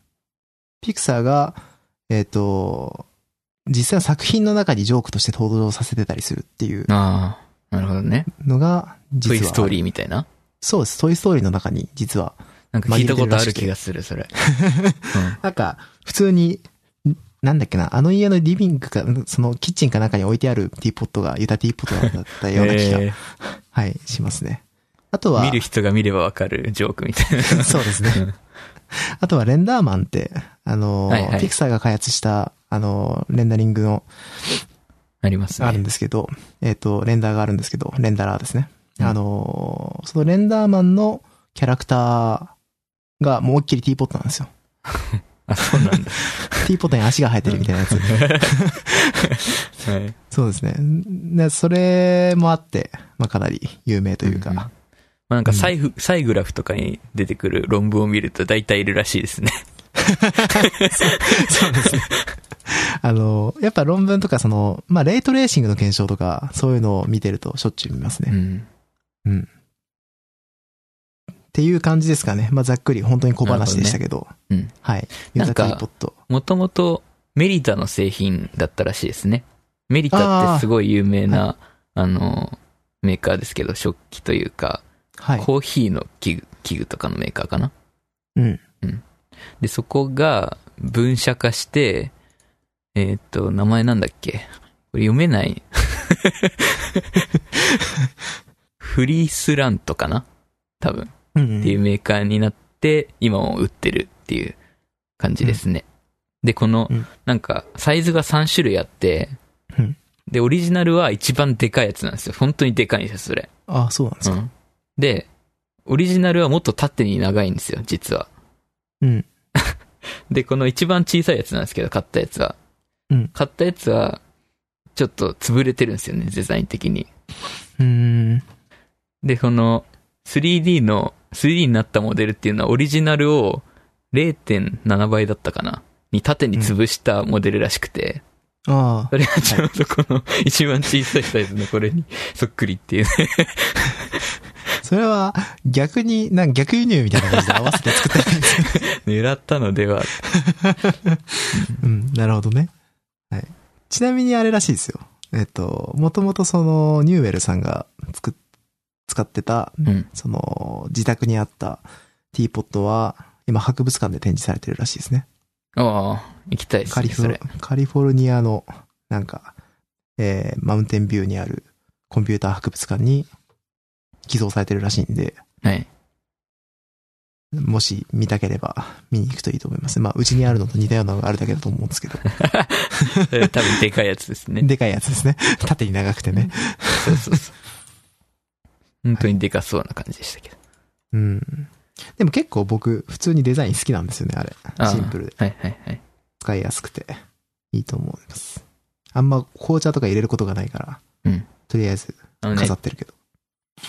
Speaker 1: ピクサーが、えっ、と、実際の作品の中にジョークとして登場させてたりするっていう
Speaker 2: ああ、なるほどね。
Speaker 1: のが、実は。
Speaker 2: トイストーリーみたいな
Speaker 1: そうです。トイストーリーの中に実は
Speaker 2: なんか聞いたことある気がする、そ れ。うん
Speaker 1: なんか、普通に、んなんだっけな、あの家のリビングか、そのキッチンか中に置いてあるティーポットが、ユタティーポットだったような気が、
Speaker 2: え
Speaker 1: はい、しますね。あと
Speaker 2: ー
Speaker 1: は、
Speaker 2: 見る人が見ればわかるジョークみたいな。
Speaker 1: そうですね
Speaker 2: うん。
Speaker 1: あとはレンダーマンって、あの、
Speaker 2: はいはい
Speaker 1: ピクサーが開発した、あの、レンダリングの、
Speaker 2: あります
Speaker 1: ある
Speaker 2: ね
Speaker 1: ん。ですけど、えっ、と、レンダーがあるんですけど、レンダラーですね。
Speaker 2: うん
Speaker 1: あの、そのレンダーマンのキャラクターが、もう思いっきりティーポットなんですよ。
Speaker 2: あ、そうなんだ。
Speaker 1: ティーポットに足が生えてるみたいなやつ。
Speaker 2: はい。
Speaker 1: そうですね。ね、それもあって、まあかなり有名というか。
Speaker 2: うんうんまあなんかサイフ、サイグラフとかに出てくる論文を見ると大体いるらしいですね。
Speaker 1: そうですね。あの、やっぱ論文とかその、まあレイトレーシングの検証とか、そういうのを見てるとしょっちゅう見ますね。っ
Speaker 2: ん。
Speaker 1: ていう感じですかね。まあざっくり、本当に小話でしたけど。
Speaker 2: なるほどね
Speaker 1: はい。ユ
Speaker 2: な
Speaker 1: タ
Speaker 2: ん
Speaker 1: テ
Speaker 2: か
Speaker 1: ィーポット。
Speaker 2: もともとメリタの製品だったらしいですね。メリタってすごい有名な、あ,、の、メーカーですけど、食器というか、
Speaker 1: はい。
Speaker 2: コーヒーの器具器具とかのメーカーかな。
Speaker 1: うん。
Speaker 2: で、そこが分社化して、えーっと、名前なんだっけこれ読めない。 フリースラントかな多分。
Speaker 1: うんう
Speaker 2: ってい
Speaker 1: ん。
Speaker 2: うメーカーになって、今も売ってるっていう感じですね。で、この
Speaker 1: うん、
Speaker 2: なんか、サイズが3種類あって
Speaker 1: うん、
Speaker 2: で、オリジナルは一番でかいやつなんですよ。本当にでかいんですよ、それ。
Speaker 1: あ、そうなんですか。
Speaker 2: うんで、オリジナルはもっと縦に長いんですよ、実は。
Speaker 1: うん。
Speaker 2: で、この一番小さいやつなんですけど、買ったやつは。
Speaker 1: うん
Speaker 2: 買ったやつは、ちょっと潰れてるんですよね、デザイン的に。
Speaker 1: うーん。
Speaker 2: で、この 3D の、3D になったモデルっていうのはオリジナルを0.7倍だったかなに縦に潰したモデルらしくて、
Speaker 1: あ
Speaker 2: それがちょうどこの一番小さいサイズのこれにそっくりっていうね。
Speaker 1: あ。それは、逆に、なんか逆輸入みたいな感じで合わせて作った り。
Speaker 2: 狙ったのでは、
Speaker 1: うん、なるほどね。はい。ちなみにあれらしいですよ。えっと、もともとその、ニューウェルさんが作っ、使ってた、
Speaker 2: うん
Speaker 1: その、自宅にあったティーポットは、今博物館で展示されてるらしいですね。
Speaker 2: ああ、行きたいです
Speaker 1: カ
Speaker 2: ね、
Speaker 1: リ
Speaker 2: そ
Speaker 1: フォ
Speaker 2: れ
Speaker 1: ル。カリフォルニアの、なんか、えー、マウンテンビューにあるコンピューター博物館に寄贈されてるらしいんで、
Speaker 2: はい。
Speaker 1: もし見たければ見に行くといいと思います。まあ、うちにあるのと似たようなのがあるだけだと思うんですけど、
Speaker 2: それ多分でかいやつですね。
Speaker 1: でかいやつです ね。縦に長くてね。
Speaker 2: そうそうそう。本当にでかそうな感じでしたけど。
Speaker 1: うん。でも結構僕、普通にデザイン好きなんですよね、あれ。
Speaker 2: ああ
Speaker 1: シンプルで。
Speaker 2: はいはいはい。
Speaker 1: 使いやすくて。いいと思います。あんま紅茶とか入れることがないから。
Speaker 2: うん
Speaker 1: とりあえず、
Speaker 2: あのね
Speaker 1: 飾、ってるけど。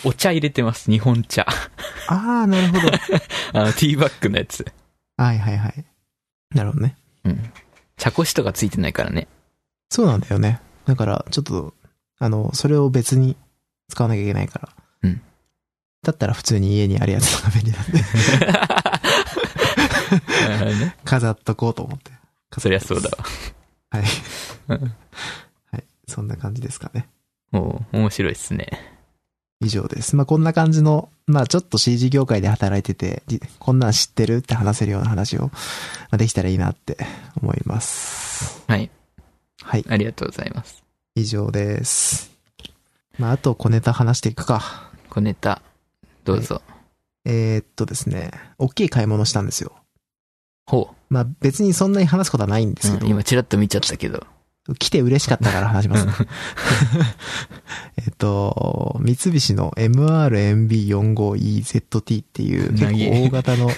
Speaker 2: お茶入れてます、日本茶。
Speaker 1: ああ、なるほ ど。
Speaker 2: あの、ティーバッグのやつ。
Speaker 1: はいはいはい。なるほどね。
Speaker 2: うん。茶こしとかついてないからね。
Speaker 1: そうなんだよね。だから、ちょっと、あの、それを別に使わなきゃいけないから。
Speaker 2: うん
Speaker 1: だったら普通に家にあるやつのが便利なんで、
Speaker 2: なるほどね
Speaker 1: 飾っとこうと思って。
Speaker 2: そりゃそうだわ。
Speaker 1: はい。
Speaker 2: うん
Speaker 1: そんな感じですかね。
Speaker 2: もう、面白いっすね。
Speaker 1: 以上です。まあ、こんな感じの、まあ、ちょっと CG 業界で働いてて、じこんなん知ってるって話せるような話を、まあ、できたらいいなって思います。
Speaker 2: はい。
Speaker 1: はい。
Speaker 2: ありがとうございます。
Speaker 1: 以上です。まあ、あと小ネタ話していくか。
Speaker 2: 小ネタ、どうぞ。
Speaker 1: えーっとですね、大きい買い物したんですよ。
Speaker 2: ほ
Speaker 1: まあ、別にそんなに話すことはないんで
Speaker 2: う、
Speaker 1: すけ
Speaker 2: う
Speaker 1: ど、
Speaker 2: ん今、チラッと見ちゃったけど。
Speaker 1: 来て嬉しかったから話します、ね。 えっと、三菱の MRMB45EZT っていう結
Speaker 2: 投げ
Speaker 1: 構大型 の、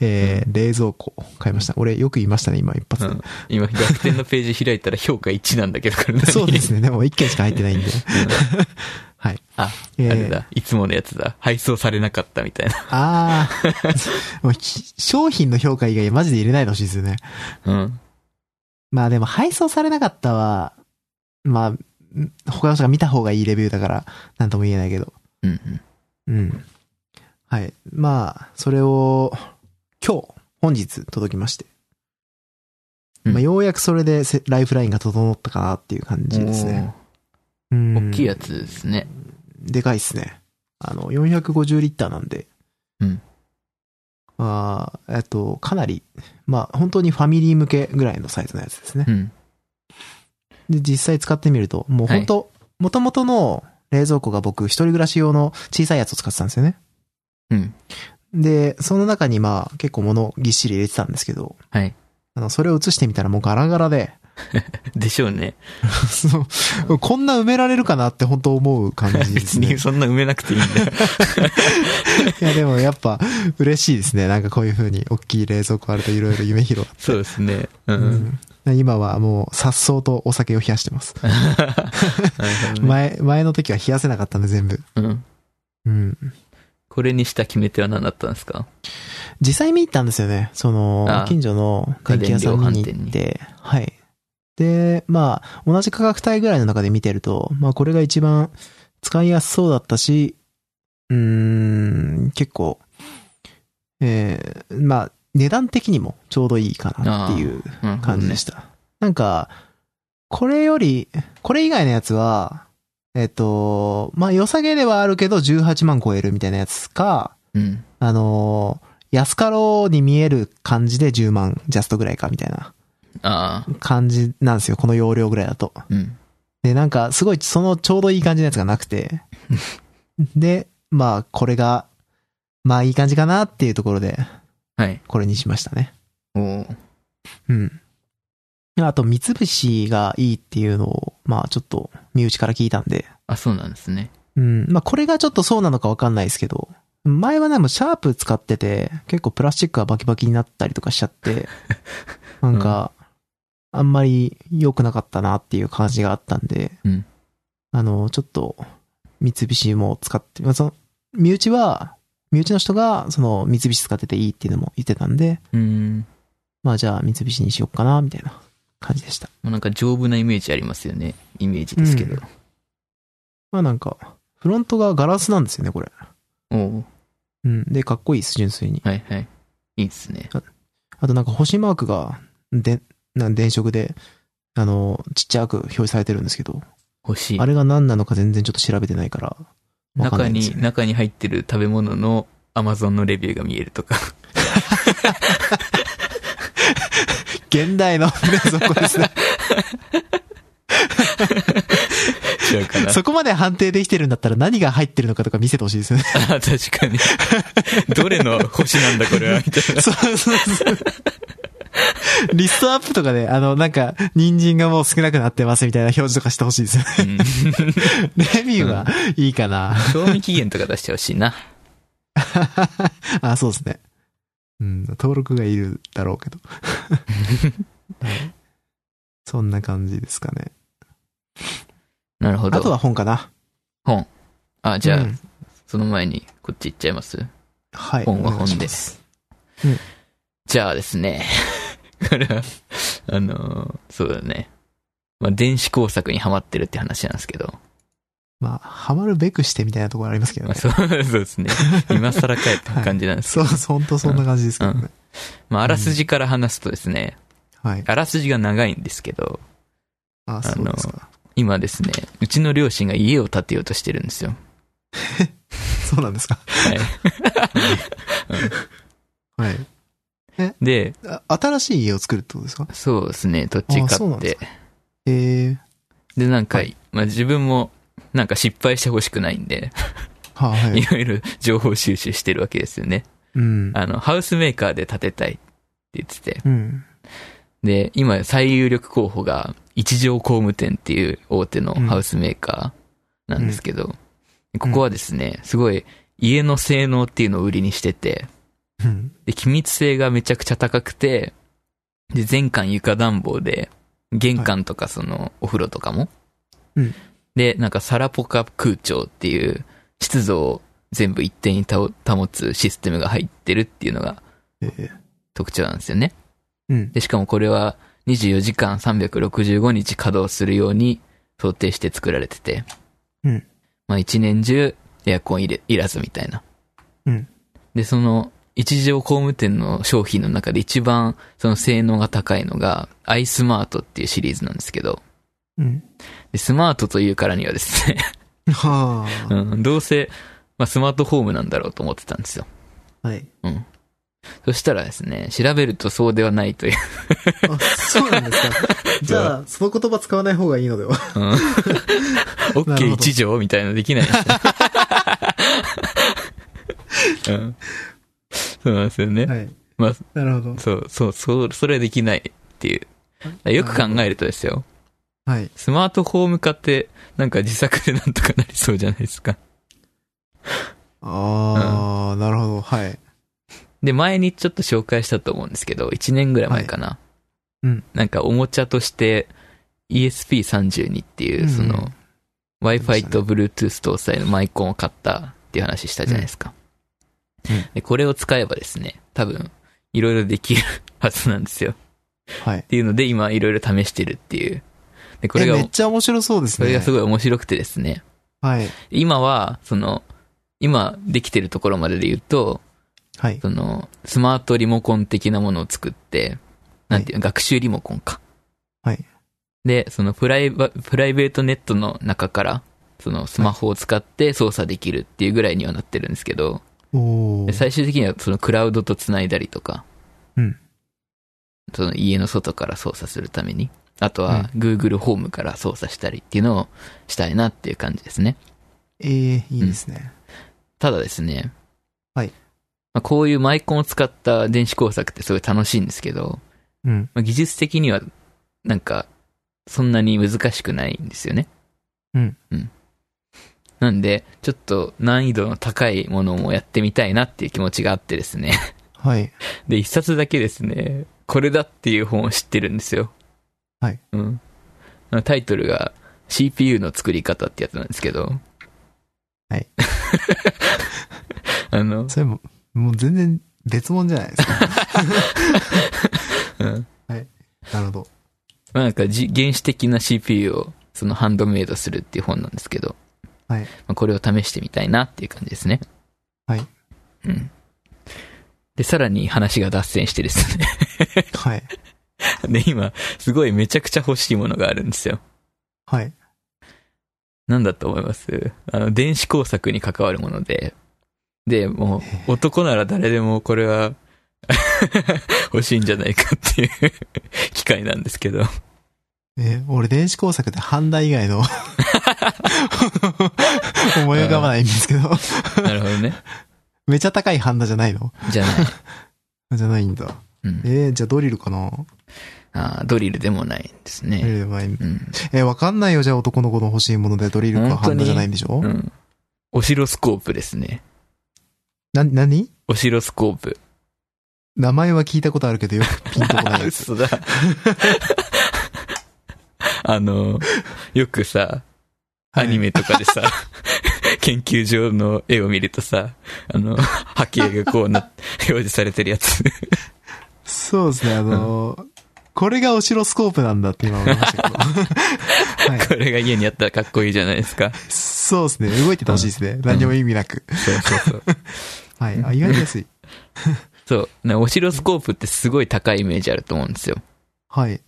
Speaker 1: えー冷蔵庫を買いました。俺よく言いましたね、今一発
Speaker 2: う
Speaker 1: で。
Speaker 2: ん、今、逆転のページ開いたら評価1なんだけど、これ何
Speaker 1: そうですね。でも1件しか入ってないんで。はい。
Speaker 2: あ、
Speaker 1: えー
Speaker 2: あれだ。いつものやつだ。配送されなかったみたいな。
Speaker 1: ああ。もうひ商品の評価以外マジで入れないでほしいですよね。
Speaker 2: うん。
Speaker 1: まあでも配送されなかったは、まあ、ん他の人が見た方がいいレビューだから、なんとも言えないけど。
Speaker 2: うんうん。
Speaker 1: うん。はい。まあ、それを、今日、本日届きまして。
Speaker 2: うん
Speaker 1: まあ、ようやくそれでせライフラインが整ったかなっていう感じですね。
Speaker 2: お
Speaker 1: うん
Speaker 2: ー。大きいやつですね。
Speaker 1: でかいっすね。あの、450リッターなんで。
Speaker 2: うん。
Speaker 1: まあ、えっと、かなり、まあ、本当にファミリー向けぐらいのサイズのやつですね。
Speaker 2: うん。
Speaker 1: で、実際使ってみると、もう本当、元々の冷蔵庫が僕、一人暮らし用の小さいやつを使ってたんですよね。
Speaker 2: うん。
Speaker 1: で、その中にまあ、結構物ぎっしり入れてたんですけど、
Speaker 2: はい。
Speaker 1: あの、それを移してみたらもうガラガラで、
Speaker 2: でしょうね。
Speaker 1: そのこんな埋められるかなって本当思う感じで
Speaker 2: 別
Speaker 1: すね。
Speaker 2: にそんな埋めなくていいんだよ。
Speaker 1: いや、でもやっぱ嬉しいですね。なんかこういう風に大きい冷蔵庫あるといろいろ夢広がって。
Speaker 2: そうですね。うん。
Speaker 1: うん今はもう、颯爽とお酒を冷やしてます。
Speaker 2: なるほどね
Speaker 1: 前、前の時は冷やせなかったんで全部。
Speaker 2: うん。
Speaker 1: うん。
Speaker 2: これにした決め手は何だったんですか
Speaker 1: 実際見に行ったんですよね。そ
Speaker 2: あ
Speaker 1: の
Speaker 2: あ、
Speaker 1: 近所の電気屋さん見に行
Speaker 2: 家電量販
Speaker 1: っ
Speaker 2: 店
Speaker 1: て。はい。で、まあ、同じ価格帯ぐらいの中で見てると、まあこれが一番使いやすそうだったし、うーん、結構、えー、まあ、値段的にもちょうどいいかなっていう
Speaker 2: うん
Speaker 1: 感じでした。なんか、これより、これ以外のやつは、えっと、まあ、良さげではあるけど、18万超えるみたいなやつか、
Speaker 2: うん。
Speaker 1: あのー安かろうに見える感じで10万ジャストぐらいかみたいな
Speaker 2: ああ。
Speaker 1: 感じなんですよ。この容量ぐらいだと。
Speaker 2: うん。
Speaker 1: で、なんか、すごい、そのちょうどいい感じのやつがなくて。で、まあ、これが、まあ、いい感じかなっていうところで、
Speaker 2: はい。
Speaker 1: これにしましたね。
Speaker 2: おー
Speaker 1: うん。あと、三菱がいいっていうのを、まあちょっと、身内から聞いたんで。
Speaker 2: あ、そうなんですね。
Speaker 1: うん。まあこれがちょっとそうなのかわかんないですけど、前はね、もうシャープ使ってて、結構プラスチックがバキバキになったりとかしちゃ って、なんか、あんまり良くなかったなっていう感じがあったんで、
Speaker 2: うん
Speaker 1: あの、ちょっと、三菱も使って、まあその、身内は、身内の人が、その、三菱使ってていいっていうのも言ってたんで、
Speaker 2: うーん。
Speaker 1: まあじゃあ三菱にしよっかな、みたいな感じでした。
Speaker 2: もうなんか丈夫なイメージありますよね。イメージですけど。
Speaker 1: まあなんか、フロントがガラスなんですよね、これ。
Speaker 2: おお
Speaker 1: うん。で、かっこいいです、純粋に。
Speaker 2: はいはい。いいですね。
Speaker 1: あとなんか星マークが、で、なん電飾で、あの、ちっちゃく表示されてるんですけど、
Speaker 2: 欲しい
Speaker 1: あ。れが何なのか全然ちょっと調べてないから、わかんな
Speaker 2: 中
Speaker 1: いんで
Speaker 2: に
Speaker 1: す、よね。
Speaker 2: 中に入ってる食べ物の Amazon のレビューが見えるとか。
Speaker 1: 現代の 冷蔵庫ですね。
Speaker 2: 違うか な。
Speaker 1: そこまで判定できてるんだったら何が入ってるのかとか見せてほしいですよね。
Speaker 2: あ 確 かに。どれの星なんだこれは、みたいな。
Speaker 1: そうそうそう。リストアップとかで、あの、なんか、人参がもう少なくなってますみたいな表示とかしてほしいですよね。
Speaker 2: うん
Speaker 1: レビューはいいかな。
Speaker 2: 賞味期限とか出してほしいな。
Speaker 1: あ、そうですね。うん、登録がいるだろう けど。はいそんな感じですかね。
Speaker 2: なるほど。
Speaker 1: あとは本かな。
Speaker 2: あ、じゃあ、
Speaker 1: うん
Speaker 2: その前にこっち行っちゃいます
Speaker 1: はい。
Speaker 2: 本は
Speaker 1: お願いし
Speaker 2: 本で
Speaker 1: ます。
Speaker 2: じゃあですね。 これは、あのーそうだね。まあ、電子工作にハマってるって話なんですけど。
Speaker 1: まあ、ハマるべくしてみたいなところありますけど
Speaker 2: まあ、
Speaker 1: ね。
Speaker 2: そうそうで すね。今更かいって感じなんですけ
Speaker 1: そ
Speaker 2: ど。
Speaker 1: う、本当そんな感じですけどね。
Speaker 2: まあ、あらすじから話すとですね、
Speaker 1: はい。
Speaker 2: あらすじが長いんですけど、
Speaker 1: あ、そうですか。
Speaker 2: 今ですね、うちの両親が家を建てようとしてるんで すよ。
Speaker 1: そうなんですか。
Speaker 2: はい。
Speaker 1: はい。
Speaker 2: で、
Speaker 1: あ新しい家を作るってことですか
Speaker 2: そうですね、土地
Speaker 1: あそう
Speaker 2: 買
Speaker 1: な
Speaker 2: っ
Speaker 1: んで
Speaker 2: て
Speaker 1: す。えー、
Speaker 2: で、なんか、
Speaker 1: はい
Speaker 2: まあ自分も、なんか失敗してほしくないんで、
Speaker 1: はあ、はいい。
Speaker 2: ろいろ 情報収集してるわけですよね。
Speaker 1: うん。
Speaker 2: あの、ハウスメーカーで建てたいって言ってて。
Speaker 1: うん。
Speaker 2: で、今、最有力候補が、一条工務店っていう大手のハウスメーカーなんですけど、ここはですね、すごい、家の性能っていうのを売りにしてて、
Speaker 1: うん。
Speaker 2: で、気密性がめちゃくちゃ高くて、で、全館床暖房で、玄関とかその、お風呂とかも、
Speaker 1: うん
Speaker 2: で、なんかサラポカ空調っていう湿度を全部一定に保保つシステムが入ってるっていうのが
Speaker 1: えー
Speaker 2: 特徴なんですよね。
Speaker 1: うん。
Speaker 2: で、しかもこれは24時間365日稼働するように想定して作られてて。
Speaker 1: うん
Speaker 2: まあ一年中エアコンいれいらずみたいな。
Speaker 1: うん
Speaker 2: で、その一条工務店の商品の中で一番その性能が高いのが iSmart っていうシリーズなんですけど、
Speaker 1: うん。
Speaker 2: でスマートというからにはですね、
Speaker 1: はあ。
Speaker 2: うん、どうせ、まあ、スマートホームなんだろうと思ってたんですよ。
Speaker 1: はい。
Speaker 2: そしたらですね、調べるとそうではないという。
Speaker 1: あ、 そうなんですか。 じゃあ、その言葉使わない方がいいのでは。
Speaker 2: うん、
Speaker 1: なるほど
Speaker 2: OK1 条みたいなのできないですね、うん。そうなんですよね。
Speaker 1: はい。
Speaker 2: まあ
Speaker 1: なるほど。
Speaker 2: そう、そう、そう、それはできないっていう。よく考えるとですよ。
Speaker 1: はい。
Speaker 2: スマートホーム化って、なんか自作でなんとかなりそうじゃないですか。
Speaker 1: ああ、なるほど。はい。
Speaker 2: で、前にちょっと紹介したと思うんですけど、1年ぐらい前かな。
Speaker 1: うん
Speaker 2: なんかおもちゃとして ESP32 っていう、その、
Speaker 1: うん
Speaker 2: Wi-Fi と Bluetooth 搭載のマイコンを買ったっていう話したじゃないですか。
Speaker 1: うんうん
Speaker 2: でこれを使えばですね、多分、いろいろできるはずなんですよ。っ
Speaker 1: はい。
Speaker 2: ていうので、今、いろいろ試してるっていう。で、これが
Speaker 1: え、めっちゃ面白そうです
Speaker 2: こ
Speaker 1: ね。
Speaker 2: れがすごい面白くてですね、
Speaker 1: はい。
Speaker 2: 今は、その、今できてるところまでで言うと、
Speaker 1: はい。
Speaker 2: その、スマートリモコン的なものを作って、なんていうの、学習リモコンか。
Speaker 1: はい。
Speaker 2: で、そのプライバ、プライベートネットの中から、そのスマホを使って操作できるっていうぐらいにはなってるんですけど、
Speaker 1: お
Speaker 2: で
Speaker 1: ー。
Speaker 2: 最終的にはそのクラウドと繋いだりとか、
Speaker 1: うん
Speaker 2: その家の外から操作するために、あとは Google ホームから操作したりっていうのをしたいなっていう感じですね。
Speaker 1: えー、いいですね。
Speaker 2: ただですね。
Speaker 1: はい。
Speaker 2: まあ、こういうマイコンを使った電子工作ってすごい楽しいんですけど、
Speaker 1: うん。
Speaker 2: まあ、技術的には、なんか、そんなに難しくないんですよね。
Speaker 1: うん。
Speaker 2: うん。なんで、ちょっと難易度の高いものもやってみたいなっていう気持ちがあってですね。
Speaker 1: はい。
Speaker 2: で、一冊だけですね、これだっていう本を知ってるんですよ。
Speaker 1: はい。
Speaker 2: うん。タイトルが CPU の作り方ってやつなんですけど。
Speaker 1: はい。
Speaker 2: あの、
Speaker 1: それも、もう全然別物じゃない ですか。
Speaker 2: うん。
Speaker 1: なるほど。
Speaker 2: まあ、なんかじ原始的な CPU をそのハンドメイドするっていう本なんですけど、
Speaker 1: はい
Speaker 2: まあ、これを試してみたいなっていう感じですね。
Speaker 1: はい。
Speaker 2: うん。で、さらに話が脱線してですね。
Speaker 1: はい。
Speaker 2: で、今、すごいめちゃくちゃ欲しいものがあるんですよ。
Speaker 1: はい。
Speaker 2: なんだと思いますあの、電子工作に関わるもので。で、もう、男なら誰でもこれは、 欲しいんじゃないかっていう 機会なんです けど。
Speaker 1: え、俺電子工作でハンダ以外 の 思い浮かばないんですけど、
Speaker 2: なるほどね。
Speaker 1: めちゃ高いハンダじゃないの
Speaker 2: じゃない。
Speaker 1: じゃないんだ。
Speaker 2: うん。
Speaker 1: えー、じゃあドリルかな
Speaker 2: あードリルでもないんです
Speaker 1: ド
Speaker 2: ね。
Speaker 1: リル前に
Speaker 2: うん。
Speaker 1: えー、わかんないよ、じゃあ男の子の欲しいものでドリルか
Speaker 2: 本当
Speaker 1: ハ
Speaker 2: に
Speaker 1: ンダじゃないんでしょ
Speaker 2: うん。オシロスコープですね。
Speaker 1: な、なに
Speaker 2: オシロスコープ。
Speaker 1: 名前は聞いたことあるけどよくピンとこ ないやつ。
Speaker 2: 嘘だ。あの、よくさ、アニメとかでさ、研究所の絵を見るとさ、あの、波形がこうな、表示されてるやつ。
Speaker 1: そうですね、あのーこれがオシロスコープなんだって今思いましたけど。はい、
Speaker 2: これが家にあったらかっこいいじゃないですか。
Speaker 1: そうですね、動いててほしいですね。何にも意味なく。
Speaker 2: そうそうそう。
Speaker 1: はい、あ、意外と安い。
Speaker 2: そう。なオシロスコープってすごい高いイメージあると思うんですよ。
Speaker 1: はい。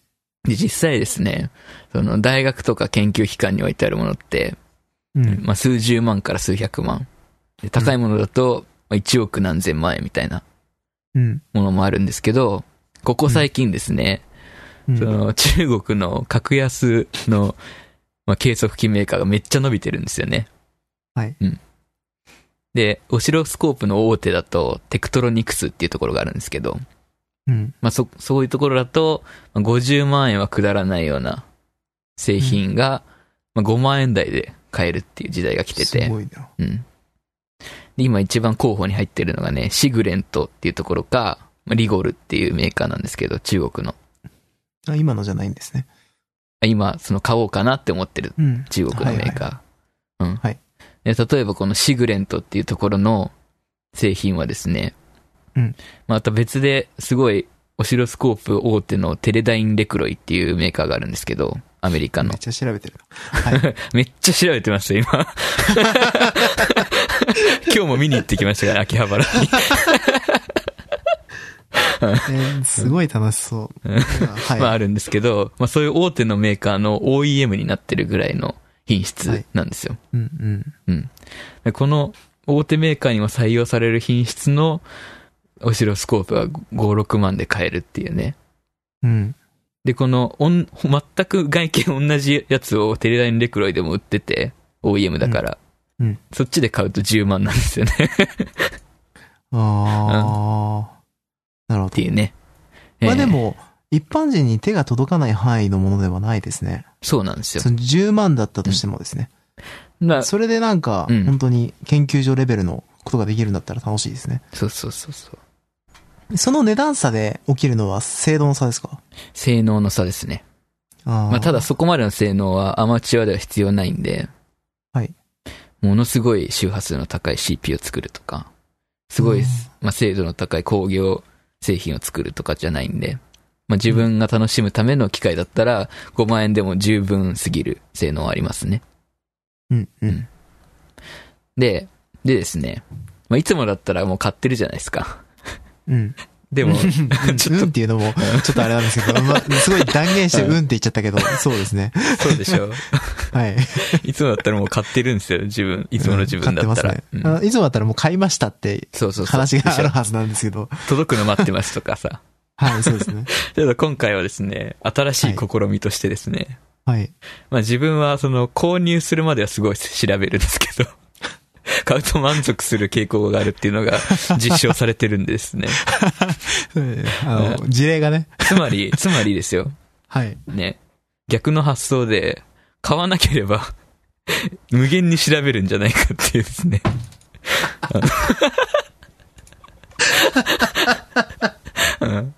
Speaker 2: で、実際ですね、その大学とか研究機関に置いてあるものって、
Speaker 1: うん。
Speaker 2: まあ、数十万から数百万。で高いものだと、まあ1億何千万円みたいな
Speaker 1: うん。
Speaker 2: ものもあるんですけど、ここ最近ですね、
Speaker 1: うん
Speaker 2: その中国の格安の、まあ、計測器メーカーがめっちゃ伸びてるんですよね。
Speaker 1: はい。
Speaker 2: うん。で、オシロスコープの大手だと、テクトロニクスっていうところがあるんですけど、
Speaker 1: うん。
Speaker 2: まあ、そ、そういうところだと、まあ50万円はくだらないような製品が、まあ、5万円台で買えるっていう時代が来て
Speaker 1: す
Speaker 2: て、
Speaker 1: ごいな。
Speaker 2: うん。で今一番候補に入ってるのがね、シグレントっていうところか、まあリゴルっていうメーカーなんですけど、中国の。
Speaker 1: あ、今のじゃないんですね。
Speaker 2: 今、その買おうかなって思ってる
Speaker 1: うん。
Speaker 2: 中国のメーカー。うん。
Speaker 1: はい
Speaker 2: で例えばこのシグレントっていうところの製品はですね、
Speaker 1: うん。
Speaker 2: また別ですごいオシロスコープ大手のテレダインレクロイっていうメーカーがあるんですけど、アメリカの
Speaker 1: めっ。ちゃ調べて る。
Speaker 2: めっちゃ調べてました、今。 今日も見に行ってきましたから、秋葉原に。
Speaker 1: えーすごい楽しそう。はい。
Speaker 2: まああるんですけど、まあそういう大手のメーカーの OEM になってるぐらいの品質なんですよ。
Speaker 1: うんうん。
Speaker 2: でこの大手メーカーにも採用される品質のオシロスコープは5、6万で買えるっていうね。
Speaker 1: うん。
Speaker 2: で、このおん、全く外見同じやつをテレダインレクロイでも売ってて、OEM だから。
Speaker 1: うんうん
Speaker 2: そっちで買うと10万なんですよね。
Speaker 1: ああ。なるほ
Speaker 2: って
Speaker 1: ど
Speaker 2: い。うね。
Speaker 1: ま
Speaker 2: え
Speaker 1: あ
Speaker 2: ー
Speaker 1: で、も、一般人に手が届かない範囲のものではないですね。
Speaker 2: そうなんですよ
Speaker 1: そ。の10万だったとしてもですね。
Speaker 2: まあ
Speaker 1: それでなんか、
Speaker 2: うん
Speaker 1: 本当に研究所レベルのことができるんだったら楽しいですね。
Speaker 2: そうそうそうそう。
Speaker 1: その値段差で起きるのは精度の差ですか
Speaker 2: 性能の差ですね。
Speaker 1: あー
Speaker 2: まあ、ただ、そこまでの性能はアマチュアでは必要ないんで、
Speaker 1: はい。
Speaker 2: ものすごい周波数の高い CP を作るとか、すごい、
Speaker 1: うん
Speaker 2: まあ、精度の高い工業製品を作るとかじゃないんで、まあ、自分が楽しむための機械だったら、5万円でも十分すぎる性能はありますね。
Speaker 1: うん、う
Speaker 2: うん
Speaker 1: ん。
Speaker 2: で、でですね、まあ、いつもだったらもう買ってるじゃないで すか。
Speaker 1: うん。
Speaker 2: でも、
Speaker 1: うん
Speaker 2: ちょっと
Speaker 1: うんっていうのも、ちょっとあれなんですけど、まあ、すごい断言してうんって言っちゃったけど、そうですね。
Speaker 2: そうでしょう。
Speaker 1: はい。
Speaker 2: いつもだったらもう買ってるんですよ、自分。いつもの自分だった
Speaker 1: 買
Speaker 2: ら
Speaker 1: っ。
Speaker 2: う
Speaker 1: て
Speaker 2: ん
Speaker 1: ますね。あいつもだったらもう買いましたって
Speaker 2: そうそうそう。
Speaker 1: 話がある
Speaker 2: でしょ
Speaker 1: はずなんですけど。
Speaker 2: 届くの待ってますとかさ。
Speaker 1: はい、そうですね。
Speaker 2: ちょっと今回はですね、新しい試みとしてですね、
Speaker 1: はい。
Speaker 2: まあ自分はその購入するまではすごい調べるんですけど、 買うと満足する傾向があるっていうのが実証されてるんですね。
Speaker 1: あの、事例がね。
Speaker 2: つまり、つまりですよ、
Speaker 1: はい。
Speaker 2: ね、逆の発想で、買わなければ、無限に調べるんじゃないかっていうですね。あのうん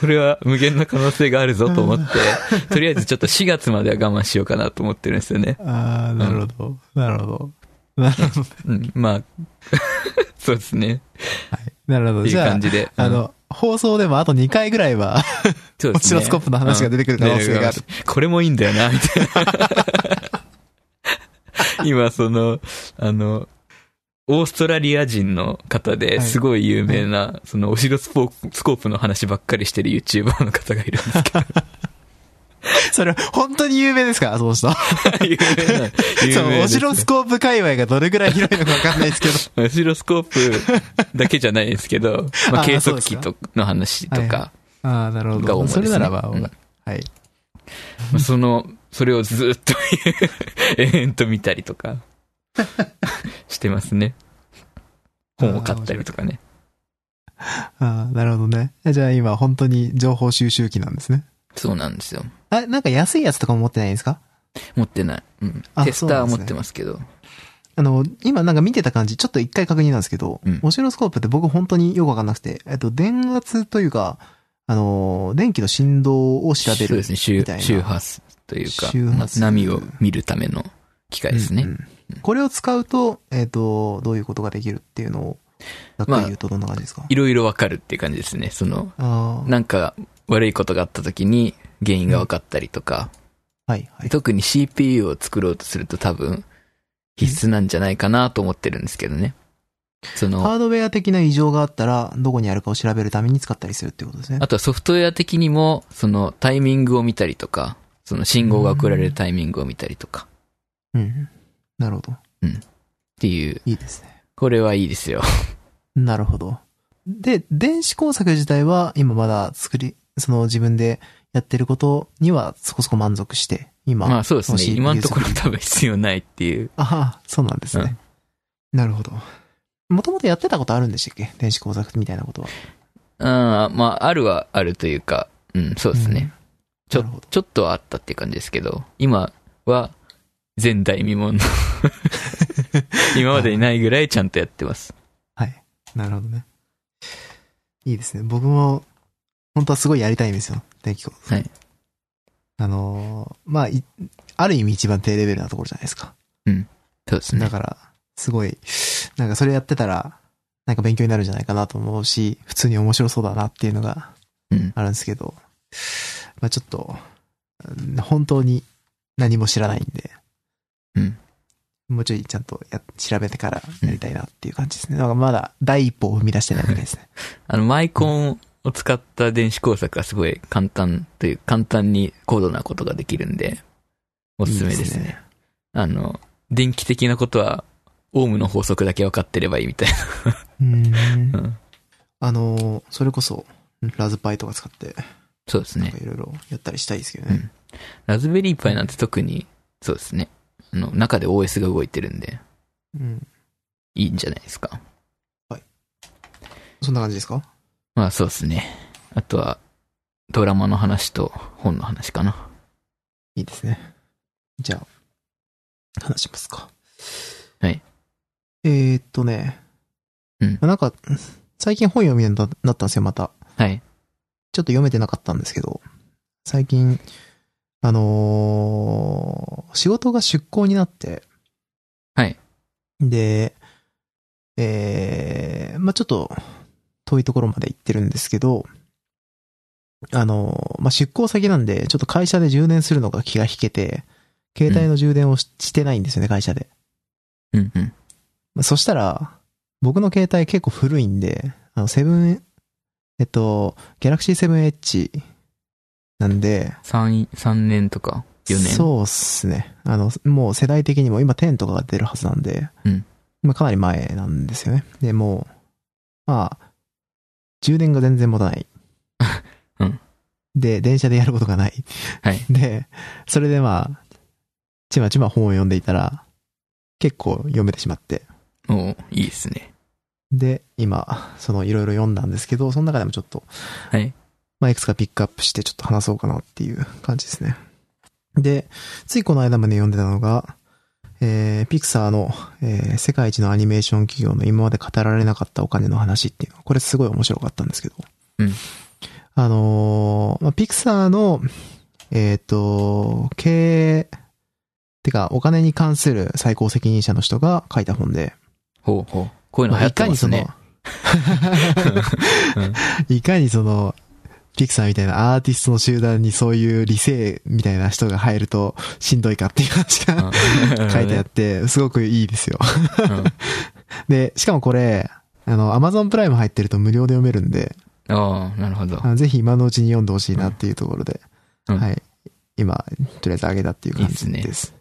Speaker 2: これは無限の可能性があるぞと思って、とりあえずちょっと4月までは我慢しようかなと思ってるんですよね。
Speaker 1: ああ、なるほど。なるほど。なるほど。
Speaker 2: うん、まあ、そうですね。
Speaker 1: なるほ
Speaker 2: っ
Speaker 1: ど。
Speaker 2: ていう
Speaker 1: じゃあ
Speaker 2: 感、じで。
Speaker 1: あ
Speaker 2: うん、
Speaker 1: の、放送でもあと2回ぐらいは、
Speaker 2: そう
Speaker 1: オ
Speaker 2: で
Speaker 1: シ
Speaker 2: す
Speaker 1: ロ
Speaker 2: ね
Speaker 1: スコープの話が出てくる可能性がある。
Speaker 2: これもいいんだよな、みたい な。今、その、あの、オーストラリア人の方
Speaker 1: い
Speaker 2: ですごい有名な、そのオシロスポースコープの話ばっかりしてる YouTuber の方がいるんですけど、
Speaker 1: それ、本当に有名ですから、その人。
Speaker 2: 有名な、
Speaker 1: そ
Speaker 2: 有名
Speaker 1: う、
Speaker 2: で
Speaker 1: オ
Speaker 2: す
Speaker 1: シロスコープ界隈がどれぐらい広いのかわかんないですけど。
Speaker 2: オシロスコープだけじゃないですけど、まあ、
Speaker 1: あ
Speaker 2: 計
Speaker 1: そう
Speaker 2: 測
Speaker 1: です
Speaker 2: 器
Speaker 1: か
Speaker 2: との話とか、
Speaker 1: ああ、なるほ
Speaker 2: が主
Speaker 1: ど。
Speaker 2: です
Speaker 1: そ
Speaker 2: ね
Speaker 1: れならば、
Speaker 2: うん
Speaker 1: はい。
Speaker 2: まあその、それをずっと 延々と見たり とか、してますね。本を買ったりとかね。
Speaker 1: ああ、なるほどね。えじゃあ今、本当に情報収集機なんですね。
Speaker 2: そうなんですよ。
Speaker 1: あ、なんか安いやつとかも持ってないんですか
Speaker 2: 持ってない。うん。
Speaker 1: あ
Speaker 2: テスターは
Speaker 1: そ
Speaker 2: 持
Speaker 1: うなんですね
Speaker 2: ってますけど。
Speaker 1: あの、今なんか見てた感じ、ちょっと一回確認なんですけど、
Speaker 2: うん
Speaker 1: オシロスコープって僕本当によくわかんなくて、えっと、電圧というか、あの、電気の振動を調べ
Speaker 2: そう
Speaker 1: る
Speaker 2: で。すね。周
Speaker 1: みたいな
Speaker 2: 周波数というか、
Speaker 1: 周波数
Speaker 2: な波を見るための機械ですね。
Speaker 1: うんうんこれを使うと、えっ、と、どういうことができるっていうのを、ざっくり言うとどんな感じですか、
Speaker 2: いろいろわかるっていう感じですね。その、
Speaker 1: あー
Speaker 2: なんか悪いことがあった時に原因がわかったりとか、
Speaker 1: はい、はい。
Speaker 2: 特に CPU を作ろうとすると多分必須なんじゃないかなと思ってるんですけどね。その、
Speaker 1: ハードウェア的な異常があったら、どこにあるかを調べるために使ったりするってことですね
Speaker 2: あ。とはソフトウェア的にも、そのタイミングを見たりとか、その信号が送られるタイミングを見たりとか
Speaker 1: うん。なるほど。
Speaker 2: っていう、
Speaker 1: いいですね。
Speaker 2: これはいいですよ。
Speaker 1: なるほど。で、電子工作自体は、今まだ作り、その自分でやってることにはそこそこ満足して、今。
Speaker 2: まあそうです
Speaker 1: もし
Speaker 2: ね。今のところ多分必要ないっていう。
Speaker 1: ああ、そうなんですね。なるほど。もともとやってたことあるんでしたっけ電子工作みたいなことは。
Speaker 2: うん、まああるはあるというか、うん、そうですね。ち
Speaker 1: なるほ
Speaker 2: ょ、ちょっとはあったっていう感じですけど、今は前代未 聞の。今までにないぐらいちゃんとやってます。
Speaker 1: はい。なるほどね。いいですね。僕も、本当はすごいやりたいんですよ。電気工作。
Speaker 2: はい
Speaker 1: あのー、まあ、いある意味一番低レベルなところじゃないですか。
Speaker 2: そうです
Speaker 1: だ
Speaker 2: ね。
Speaker 1: から、すごい、なんかそれやってたら、なんか勉強になるんじゃないかなと思うし、普通に面白そうだなっていうのが
Speaker 2: うん。
Speaker 1: あるんですけど、まあちょっと、うん本当に何も知らないんで、
Speaker 2: うん。
Speaker 1: もうちょいちゃんとや調べてからやりたいなっていう感じですね。なんかまだ第一歩を踏み出してないみたいですね。
Speaker 2: あの、マイコンを使った電子工作はすごい簡単という、簡単に高度なことができるんで、おすすめですね。
Speaker 1: いいね。
Speaker 2: あの、電気的なことは、オウムの法則だけ分かってればいいみたいな。
Speaker 1: うー
Speaker 2: うんん。
Speaker 1: あのー、それこそ、ラズパイとか使って、
Speaker 2: そうです
Speaker 1: なん
Speaker 2: ね
Speaker 1: か。いろいろやったりしたいですけどね。
Speaker 2: ラズベリーパイなんて特に、そうですね。あの、中で OS が動いてるんで、
Speaker 1: うん。
Speaker 2: いいんじゃないですか。
Speaker 1: そんな感じですか
Speaker 2: まあそうですね。あとは、ドラマの話と本の話かな。
Speaker 1: いいですね。じゃあ、話しますか。
Speaker 2: はい。
Speaker 1: えー、っとね。
Speaker 2: うん
Speaker 1: なんか、最近本読みようにななったんですよ、また。
Speaker 2: はい。
Speaker 1: ちょっと読めてなかったんですけど、最近、あのー仕事が出向になって、
Speaker 2: はい。
Speaker 1: で、えー、まあちょっと、遠いところまで行ってるんですけど、あのーまあ出向先なんで、ちょっと会社で充電するのが気が引けて、携帯の充電をししてないんですよね、会社で。
Speaker 2: うんうん。
Speaker 1: まあそしたら、僕の携帯結構古いんで、あの、セブン、えっと、ギャラクシーセブンエッジなんで、
Speaker 2: 3、三年とか4年。う。
Speaker 1: そうっすね。あの、もう世代的にも今10とかが出るはずなんで、
Speaker 2: うん
Speaker 1: 今かなり前なんですよね。で、もう、まあ、充電が全然持たない。
Speaker 2: うん
Speaker 1: で、電車でやることがない。
Speaker 2: はい
Speaker 1: で、それでまあ、ちまちま本を読んでいたら、結構読めてしまって、
Speaker 2: おういいですね。
Speaker 1: で、今、そのいろいろ読んだんですけど、その中でもちょっと、
Speaker 2: はい。
Speaker 1: まあ、いくつかピックアップしてちょっと話そうかなっていう感じですね。で、ついこの間まで読んでたのが、えー、ピクサーの、えー世界一のアニメーション企業の今まで語られなかったお金の話っていうの、これすごい面白かったんですけど。
Speaker 2: うん
Speaker 1: あのーまあ、ピクサーの、えっ、と、経営、てか、お金に関する最高責任者の人が書いた本で、
Speaker 2: ほうほう。こういうの
Speaker 1: まあい
Speaker 2: 流行って
Speaker 1: か
Speaker 2: ま
Speaker 1: に
Speaker 2: す
Speaker 1: そ
Speaker 2: ね
Speaker 1: の。、いかにその、ピクサーみたいなアーティストの集団にそういう理性みたいな人が入るとしんどいかっていう話が 書いてあって、すごくいいですよ。
Speaker 2: うんうん
Speaker 1: で、しかもこれ、あの、Amazon プライム入ってると無料で読めるんで、
Speaker 2: ああ、なるほど。
Speaker 1: あのぜひ今のうちに読んでほしいなっていうところで、
Speaker 2: うん
Speaker 1: はい。今、とりあえず上げたっていう感じ
Speaker 2: いいっすね
Speaker 1: です。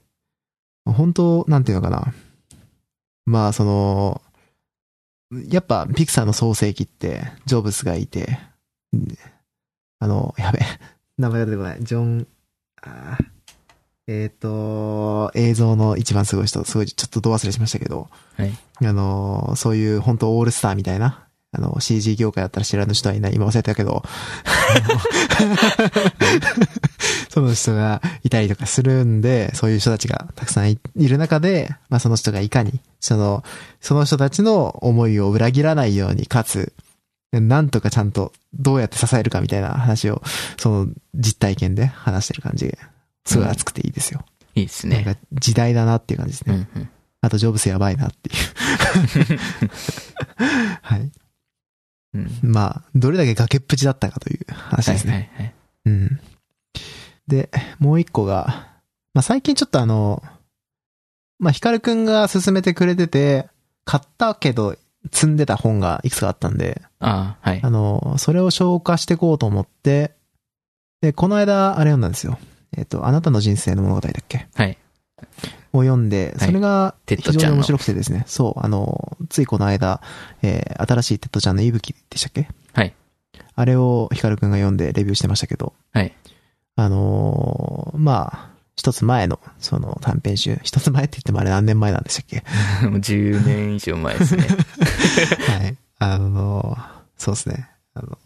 Speaker 1: 本当、なんていうのかな。まあ、その、やっぱ、ピクサーの創世記って、ジョブズがいて、んあの、やべ、名前が出てこない。ジョン、あーえっ、と、映像の一番すごい人、すごい、ちょっとど忘れしましたけど、
Speaker 2: はい
Speaker 1: あの、そういう、本当オールスターみたいな、あの、CG 業界だったら知らぬ人はいない。今忘れたけ ど、その人がいたりとかするんで、そういう人たちがたくさんいいる中で、まあその人がいかに、その、その人たちの思いを裏切らないように、かつ、なんとかちゃんとどうやって支えるかみたいな話を、その実体験で話してる感じ。すごい熱くていいですよ。
Speaker 2: いいですね。
Speaker 1: なんか時代だなっていう感じです
Speaker 2: う
Speaker 1: ね。
Speaker 2: んうん。
Speaker 1: あとジョブスやばいなって いう。はい。
Speaker 2: うん
Speaker 1: まあ、どれだけ崖っぷちだったかという話ですね。
Speaker 2: はいはいはい。
Speaker 1: うん。で、もう一個が、まあ、最近ちょっとあの、まあ、ヒカルくんが勧めてくれてて、買ったけど積んでた本がいくつかあったんで、
Speaker 2: ああ、はい
Speaker 1: あ。の、それを消化していこうと思って、で、この間、あれ読んだんですよ。えっ、と、あなたの人生の物語だっけ
Speaker 2: はい。
Speaker 1: を読んで、
Speaker 2: い
Speaker 1: それが
Speaker 2: テ
Speaker 1: 非
Speaker 2: ッド
Speaker 1: 常
Speaker 2: ち
Speaker 1: に
Speaker 2: ゃんの
Speaker 1: 面白くてですね、そう、あの、ついこの間、えー新しいテッドちゃんの息吹でしたっけ
Speaker 2: はい。
Speaker 1: あれをヒカルくんが読んでレビューしてましたけど、
Speaker 2: はい。
Speaker 1: あのーまあ、一つ前の、その短編集、一つ前って言ってもあれ何年前なんでしたっけ
Speaker 2: もう10年以上前ですね。
Speaker 1: はい。あのーそうですね。あの、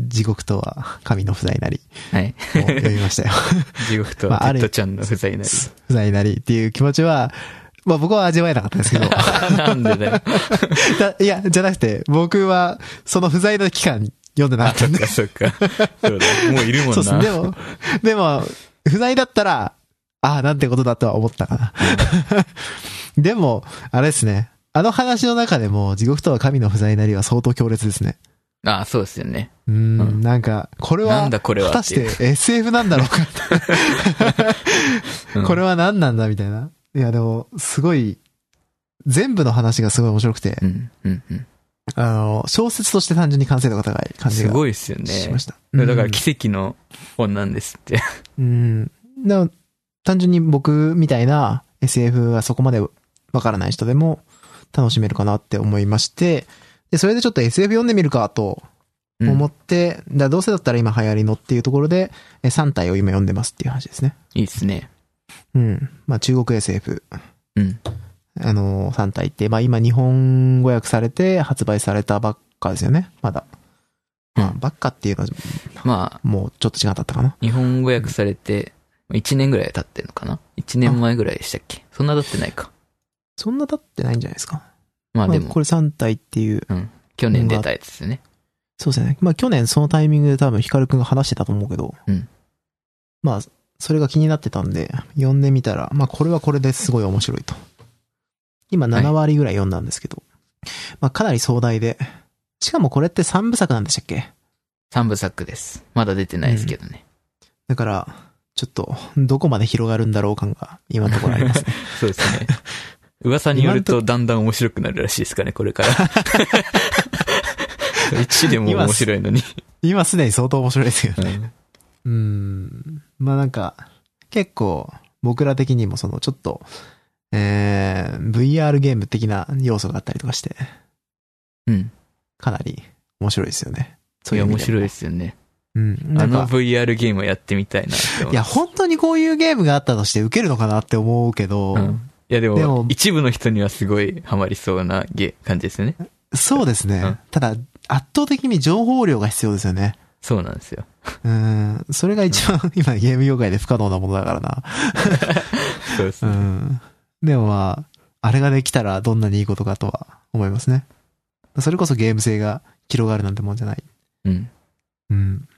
Speaker 1: 地獄とは神の不在なり、
Speaker 2: はい。
Speaker 1: を読みましたよ。
Speaker 2: 地獄と
Speaker 1: まああ
Speaker 2: は
Speaker 1: る
Speaker 2: テッドちゃんの不在なり。
Speaker 1: 不在なりっていう気持ちは、まあ僕は味わえなかったんですけ ど、
Speaker 2: なんでだよ。
Speaker 1: だいや、じゃなくて、僕は、その不在の期間読んでなかった
Speaker 2: そっ
Speaker 1: んで
Speaker 2: か、そっか。そうだ。もういるもんな。
Speaker 1: そうっすね。でも、でも、不在だったら、ああ、なんてことだとは思ったかな。でも、あれですね。あの話の中でも、地獄とは神の不在なりは相当強烈ですね。
Speaker 2: ああ、そうですよね。
Speaker 1: うーん、
Speaker 2: うん
Speaker 1: なんか、これ
Speaker 2: な
Speaker 1: は
Speaker 2: ん、だこれは
Speaker 1: 果た
Speaker 2: っ
Speaker 1: して
Speaker 2: いう。
Speaker 1: て SF なんだろうかって、
Speaker 2: うん
Speaker 1: これは何なんだみたいな。いや、でも、すごい、全部の話がすごい面白くて、
Speaker 2: うん、うん、うん。
Speaker 1: あの、小説として単純に完成度が高い感じ
Speaker 2: す
Speaker 1: が
Speaker 2: ごいですよ
Speaker 1: し
Speaker 2: ね
Speaker 1: ま。した。
Speaker 2: だから
Speaker 1: うん
Speaker 2: 奇跡の本なんですって。
Speaker 1: うん。でも、単純に僕みたいな SF はそこまでわからない人でも楽しめるかなって思いまして、で、それでちょっと SF 読んでみるかと
Speaker 2: うん
Speaker 1: 思って、だからどうせだったら今流行りのっていうところで、え3体を今読んでますっていう話ですね。
Speaker 2: いいですね。
Speaker 1: うん。まあ中国 SF。
Speaker 2: うん。
Speaker 1: あのー、3体って、まあ今日本語訳されて発売されたばっかですよね。まだ。まあ
Speaker 2: うん
Speaker 1: ばっかっていうのは
Speaker 2: まあ、
Speaker 1: もうちょっと時間経ったかな。
Speaker 2: 日本語訳されて、1年ぐらい経ってんのかな ?1 年前ぐらいでしたっけそんな経ってないか。
Speaker 1: そんな経ってないんじゃないですか。
Speaker 2: まあ
Speaker 1: ま
Speaker 2: で
Speaker 1: あ
Speaker 2: も
Speaker 1: こ、れ3体っていう
Speaker 2: 去年出たやつですよね。
Speaker 1: そうですね。まあ去年そのタイミングで多分ヒカルくんが話してたと思うけど。
Speaker 2: うん
Speaker 1: まあ、それが気になってたんで、読んでみたら、まあこれはこれですごい面白いと。今
Speaker 2: はい
Speaker 1: 7割ぐらい読んだんですけど。まあかなり壮大で。しかもこれって3部作なんでしたっけ
Speaker 2: 3部作です。まだ出てないですけどね。
Speaker 1: だから、ちょっと、どこまで広がるんだろう感が今のところありますね。
Speaker 2: そうですね。噂によるとだんだん面白くなるらしいですかね、こ れから。1でも面白いのに。
Speaker 1: 今すでに相当面白いですよね。
Speaker 2: うん
Speaker 1: うーん。まあなんか、結構、僕ら的にもその、ちょっと、えー、VR ゲーム的な要素があったりとかして、
Speaker 2: うん。
Speaker 1: かなり面白いですよね。
Speaker 2: いや、
Speaker 1: う意
Speaker 2: 面
Speaker 1: 味で
Speaker 2: 白
Speaker 1: も
Speaker 2: いですよね。
Speaker 1: うん。な
Speaker 2: あ
Speaker 1: ん
Speaker 2: の
Speaker 1: か、
Speaker 2: VR ゲームはやってみたいなって思う
Speaker 1: いや、本当にこういうゲームがあったとして受けるのかなって思うけど、
Speaker 2: うんいや、
Speaker 1: で
Speaker 2: でも
Speaker 1: も、
Speaker 2: 一部の人にはすごいハマりそうなゲ感じですよね。
Speaker 1: そうですね。
Speaker 2: うん
Speaker 1: ただ、圧倒的に情報量が必要ですよね。
Speaker 2: そうなんですよ。
Speaker 1: うん。それが一番、今ゲーム業界で不可能なものだからな。
Speaker 2: そうです
Speaker 1: う
Speaker 2: ね。
Speaker 1: ん。でもまあ、あれができたらどんなにいいことかとは思いますね。それこそゲーム性が広がるなんてもんじゃない。
Speaker 2: うん。
Speaker 1: うん。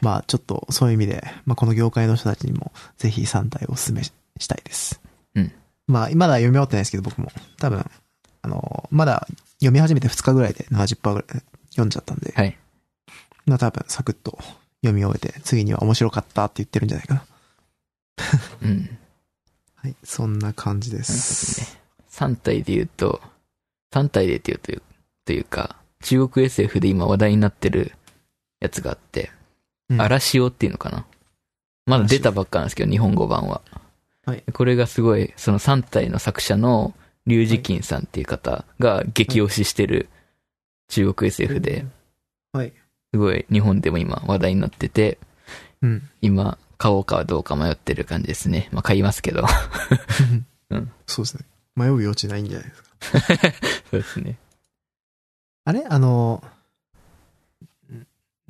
Speaker 1: まあちょっとそういう意味で、まあこの業界の人たちにもぜひ3体をお勧めししたいです。
Speaker 2: うん。
Speaker 1: まあまだ読み終わってないですけど僕も多分、あの、まだ読み始めて2日ぐらいで70%ぐらい読んじゃったんで。
Speaker 2: はい。
Speaker 1: まあ多分サクッと読み終えて次には面白かったって言ってるんじゃないかな。
Speaker 2: うん。
Speaker 1: はい。そんな感じです。
Speaker 2: 3体で言うと、3体で言うという、というか、中国 SF で今話題になってるやつがあって、
Speaker 1: うん
Speaker 2: 荒潮っていうのかな。まだ出たばっかなんですけど、日本語版は。
Speaker 1: はい
Speaker 2: これがすごい、その3体の作者の龍二金さんっていう方が激推ししてる中国 SF で、
Speaker 1: はい。
Speaker 2: すごい日本でも今話題になってて、
Speaker 1: うん。
Speaker 2: 今買おうかどうか迷ってる感じですね。まあ買いますけど。うん
Speaker 1: そうですね。迷う余地ないんじゃないですか。
Speaker 2: そうですね。
Speaker 1: あれあの、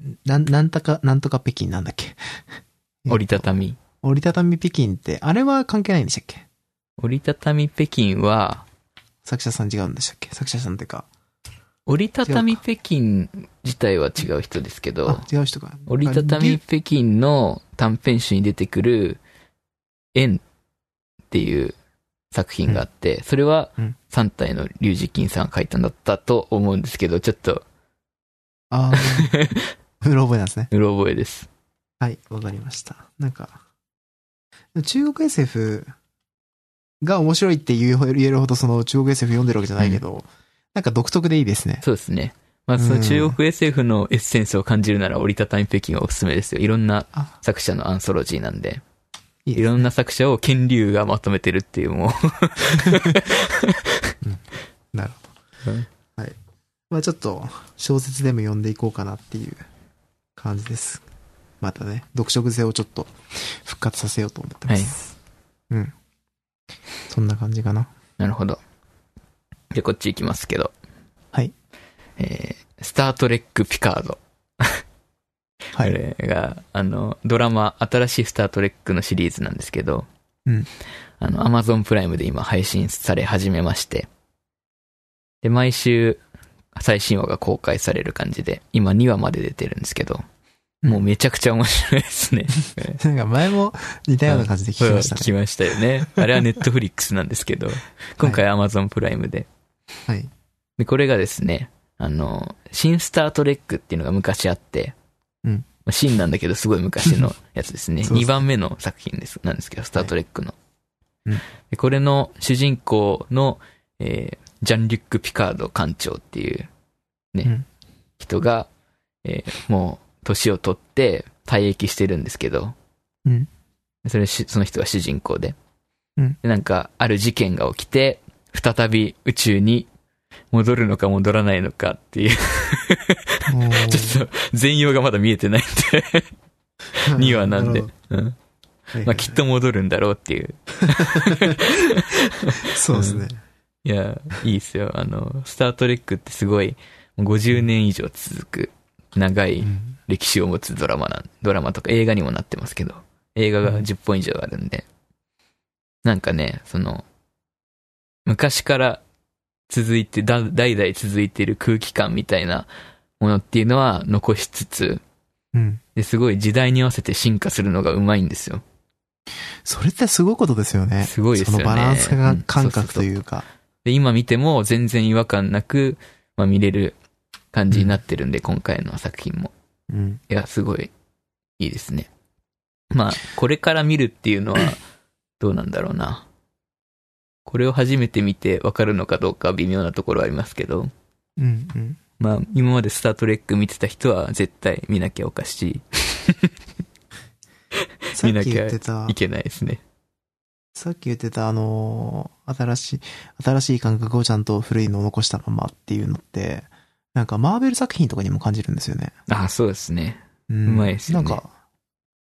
Speaker 1: んなん、なんたか、なんとか北京なんだっけ
Speaker 2: 折りたたみ。
Speaker 1: 折りたたみ北京って、あれは関係ないんでしたっけ
Speaker 2: 折りたたみ北京は、
Speaker 1: 作者さん違うんでしたっけ作者さんっていうか。
Speaker 2: 折りたたみ北京自体は違う人ですけど
Speaker 1: あ、、違う人か。
Speaker 2: 折りたた
Speaker 1: あ
Speaker 2: み
Speaker 1: り
Speaker 2: 北京の短編集に出てくる、円っていう作品があって、それは
Speaker 1: うん
Speaker 2: 3体の龍二金さんが書いたんだったと思うんですけど、ちょっと、
Speaker 1: あー うろ覚えなんですね。
Speaker 2: うろ覚えです。
Speaker 1: はい、わかりました。なんか、中国 SF が面白いって言う言えるほどその中国 SF 読んでるわけじゃないけど、なんか独特でいいですね。
Speaker 2: そうですね。まあ、その
Speaker 1: うん
Speaker 2: 中国 SF のエッセンスを感じるなら折りたたみ北京はおすすめですよ。いろんな
Speaker 1: あ
Speaker 2: 作者のアンソロジーなんで。
Speaker 1: いい
Speaker 2: い
Speaker 1: です
Speaker 2: ろんな作者を権竜がまとめてるっていうもう。
Speaker 1: なるほど
Speaker 2: うん。
Speaker 1: はい。まあちょっと、小説でも読んでいこうかなっていう感じです。またね、読書癖をちょっと復活させようと思ってます。うん。そんな感じかな。
Speaker 2: なるほど。で、こっち行きますけど。
Speaker 1: はい。
Speaker 2: えー、スタートレックピカード。
Speaker 1: は
Speaker 2: こ
Speaker 1: い。
Speaker 2: れが、あの、ドラマ、新しいスタートレックのシリーズなんですけど、
Speaker 1: うん
Speaker 2: あの、アマゾンプライムで今配信され始めまして、で、毎週、最新話が公開される感じで、今2話まで出てるんですけど、もうめちゃくちゃ面白いですね。
Speaker 1: なんか前も似たような感じで聞きました
Speaker 2: 聞
Speaker 1: ね。
Speaker 2: きましたよね。あれはネットフリックスなんですけど、今回 Amazon プライムで。
Speaker 1: はい。
Speaker 2: で、これがですね、あの、新スタートレックっていうのが昔あって、
Speaker 1: うん
Speaker 2: まあ新なんだけどすごい昔のやつですね。
Speaker 1: そうそう
Speaker 2: 2番目の作品です、なんですけど、スタートレックの。
Speaker 1: うん
Speaker 2: でこれの主人公の、えージャンリュック・ピカード艦長っていう、ね、
Speaker 1: うん
Speaker 2: 人が、えーもう、年を取って退役してるんですけど、
Speaker 1: うん
Speaker 2: それし、その人が主人公で。
Speaker 1: うん
Speaker 2: でなんか、ある事件が起きて、再び宇宙に戻るのか戻らないのかっていう、
Speaker 1: おー
Speaker 2: ちょっと全容がまだ見えてないんで、2話 なんで
Speaker 1: るほ。
Speaker 2: うん
Speaker 1: ど
Speaker 2: まあきっと戻るんだろうっ ていう。
Speaker 1: そうですね。
Speaker 2: いや、いいっすよ。あの、スタートレックってすごい、50年以上続く、長い
Speaker 1: うん
Speaker 2: 歴史を持つドラマなん、ドラマとか映画にもなってますけど、映画が10本以上あるんで、なんかね、その、昔から続いて、だ代々続いてる空気感みたいなものっていうのは残しつつ、
Speaker 1: うん。
Speaker 2: ですごい時代に合わせて進化するのがうまいんですよ。
Speaker 1: それってすごいことですよね。
Speaker 2: すごいですよね
Speaker 1: そのバランス
Speaker 2: う
Speaker 1: が
Speaker 2: ん
Speaker 1: 感覚というか。
Speaker 2: で、今見ても全然違和感なく、まあ見れる感じになってるんで、今回の作品も。
Speaker 1: うん。
Speaker 2: いや、すごい、いいですね。まあ、これから見るっ ていうのは、どうなんだろうな。これを初めて見てわかるのかどうかは微妙なところはありますけど、
Speaker 1: うん。うん。
Speaker 2: まあ、今までスタートレック見てた人は絶対見なきゃおかし
Speaker 1: さっき言ってた
Speaker 2: い、い、けないですね。
Speaker 1: さっき言ってたあのー新しい、新しい感覚をちゃんと古いのを残したままっていうのって、なんかマーベル作品とかにも感じるんですよね。
Speaker 2: ああ、そうですね。
Speaker 1: うん
Speaker 2: うまいですよね
Speaker 1: なんか、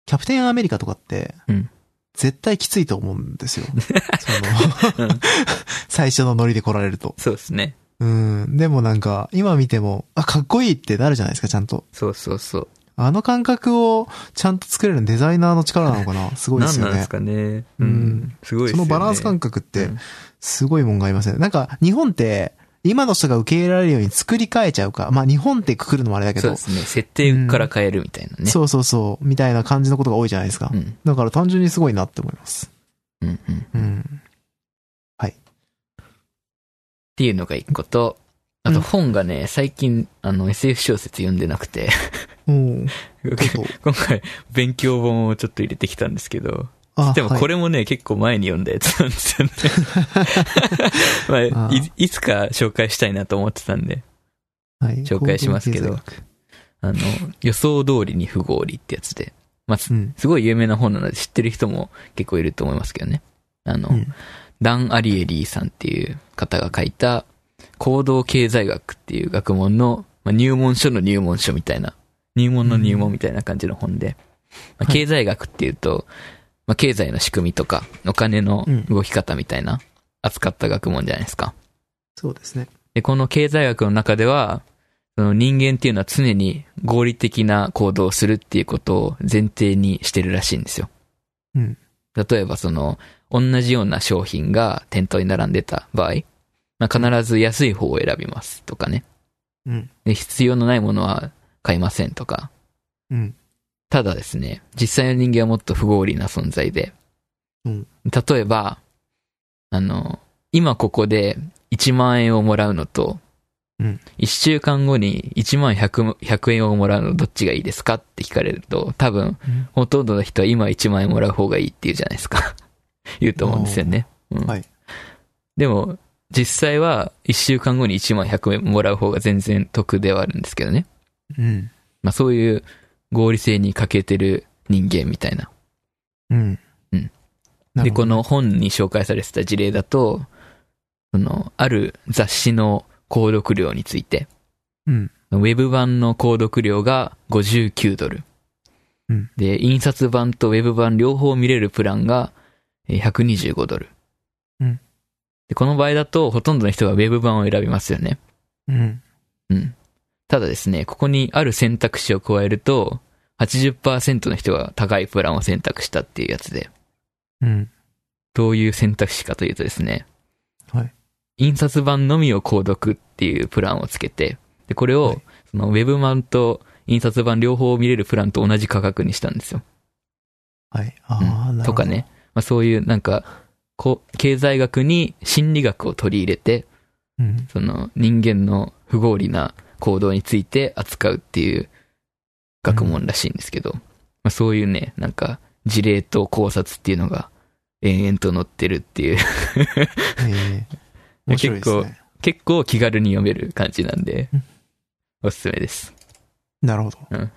Speaker 1: キャプテンアメリカとかって、
Speaker 2: うん
Speaker 1: 絶対きついと思うんですよ。 そ
Speaker 2: うん
Speaker 1: の、 最初のノリで来られると。
Speaker 2: そうですね。
Speaker 1: うん。でもなんか、今見ても、あ、かっこいいってなるじゃないですか、ちゃんと。
Speaker 2: そうそうそう。
Speaker 1: あの感覚をちゃんと作れるデザイナーの力なのかなすごいで
Speaker 2: 何
Speaker 1: す
Speaker 2: なん
Speaker 1: よ
Speaker 2: で
Speaker 1: ね
Speaker 2: す。かね。
Speaker 1: う
Speaker 2: うんん。すごいです
Speaker 1: そ
Speaker 2: よね。
Speaker 1: のバランス感
Speaker 2: 覚
Speaker 1: 覚って、すごいもんがありません。なんか、日本って、今の人が受け入れられるように作り変えちゃうか。まあ、日本ってくくるのもあれだけ
Speaker 2: そう
Speaker 1: ど、
Speaker 2: ですね。設定から変えるみたいなね。
Speaker 1: そうそうそう、みたいな感じのことが多いじゃないですか
Speaker 2: う。ん。
Speaker 1: だから単純にすごいなって思います。
Speaker 2: うんうん。
Speaker 1: うん。
Speaker 2: っていうのが一個と、あ
Speaker 1: う
Speaker 2: と
Speaker 1: ん
Speaker 2: 本がね、最近、あの、SF 小説読んでなくて、
Speaker 1: おうちょ
Speaker 2: 今
Speaker 1: っと。
Speaker 2: 回、勉強本をちょっと入れてきたんですけど、
Speaker 1: あ
Speaker 2: でもこ
Speaker 1: れ、
Speaker 2: れもね、結構前に読んだやつなんで すよね。 まあ
Speaker 1: あー
Speaker 2: い、いつか紹介したいなと思ってたんで、
Speaker 1: はい
Speaker 2: 紹介しますけど
Speaker 1: 行動経済
Speaker 2: あの、予想通りに不合理ってやつで、まあ、す
Speaker 1: 学うん。
Speaker 2: すごい有名な本なので知ってる人も結構いると思いますけどね。あの、
Speaker 1: うん
Speaker 2: ダン・アリエリーさんっていう方が書いた行動経済学っていう学問の、まあ、入門書の入門書みたいな、入門の入門みたいな感じの本で、まあ
Speaker 1: はい
Speaker 2: 経済学っていうと、まあ、経済の仕組みとか、お金の動き方みたいな、扱った学問じゃないですか。
Speaker 1: そうですね。
Speaker 2: で、この経済学の中では、その人間っていうのは常に合理的な行動をするっていうことを前提にしてるらしいんですよ。
Speaker 1: うん
Speaker 2: 例えばその、同じような商品が店頭に並んでた場合、まあ、必ず安い方を選びますとかね。
Speaker 1: うん。
Speaker 2: で必要のないものは買いませんとか。
Speaker 1: うん。
Speaker 2: ただですね、実際の人間はもっと不合理な存在で、
Speaker 1: うん
Speaker 2: 例えば、あの、今ここで1万円をもらうのと、
Speaker 1: うん
Speaker 2: 1週間後に1万 100, 100円をもらうのどっちがいいですかって聞かれると、多分、
Speaker 1: うん
Speaker 2: ほとんどの人は今1万円もらう方がいいって言うじゃないですか。 言うと思うんですよね。うん
Speaker 1: はい
Speaker 2: でも、実際は1週間後に1万100円もらう方が全然得ではあるんですけどね。
Speaker 1: うん。
Speaker 2: まあそういう合理性に欠けてる人間みたいな。
Speaker 1: うん。
Speaker 2: うん
Speaker 1: な
Speaker 2: で、
Speaker 1: るほ
Speaker 2: こ
Speaker 1: ど。
Speaker 2: の本に紹介されてた事例だと、その、ある雑誌の購読料について、
Speaker 1: うん。
Speaker 2: ウェブ版の購読料が59ドル。
Speaker 1: うん
Speaker 2: で、印刷版とウェブ版両方見れるプランがえー125ドル。
Speaker 1: うん
Speaker 2: で、この場合だと、ほとんどの人がウェブ版を選びますよね。
Speaker 1: うん。
Speaker 2: うん。ただですね、ここにある選択肢を加えると、80%の人が高いプランを選択したっていうやつで、
Speaker 1: うん。
Speaker 2: どういう選択肢かというとですね、
Speaker 1: はい。
Speaker 2: 印刷版のみを購読っていうプランをつけて、で、これを、
Speaker 1: はい
Speaker 2: そのウェブ版と印刷版両方見れるプランと同じ価格にしたんですよ。
Speaker 1: はい。ああ、なるほど。
Speaker 2: とかね。。まあ、そういうなんか、こう、経済学に心理学を取り入れて、
Speaker 1: うん。
Speaker 2: その人間の不合理な行動について扱うっていう学問らしいんですけど、まあ、そういうね、なんか事例と考察っていうのが延々と載ってるっていう、
Speaker 1: ええ面白いですね。
Speaker 2: 結構気軽に読める感じなんで
Speaker 1: うん、
Speaker 2: おすすめです。
Speaker 1: なるほど。
Speaker 2: うん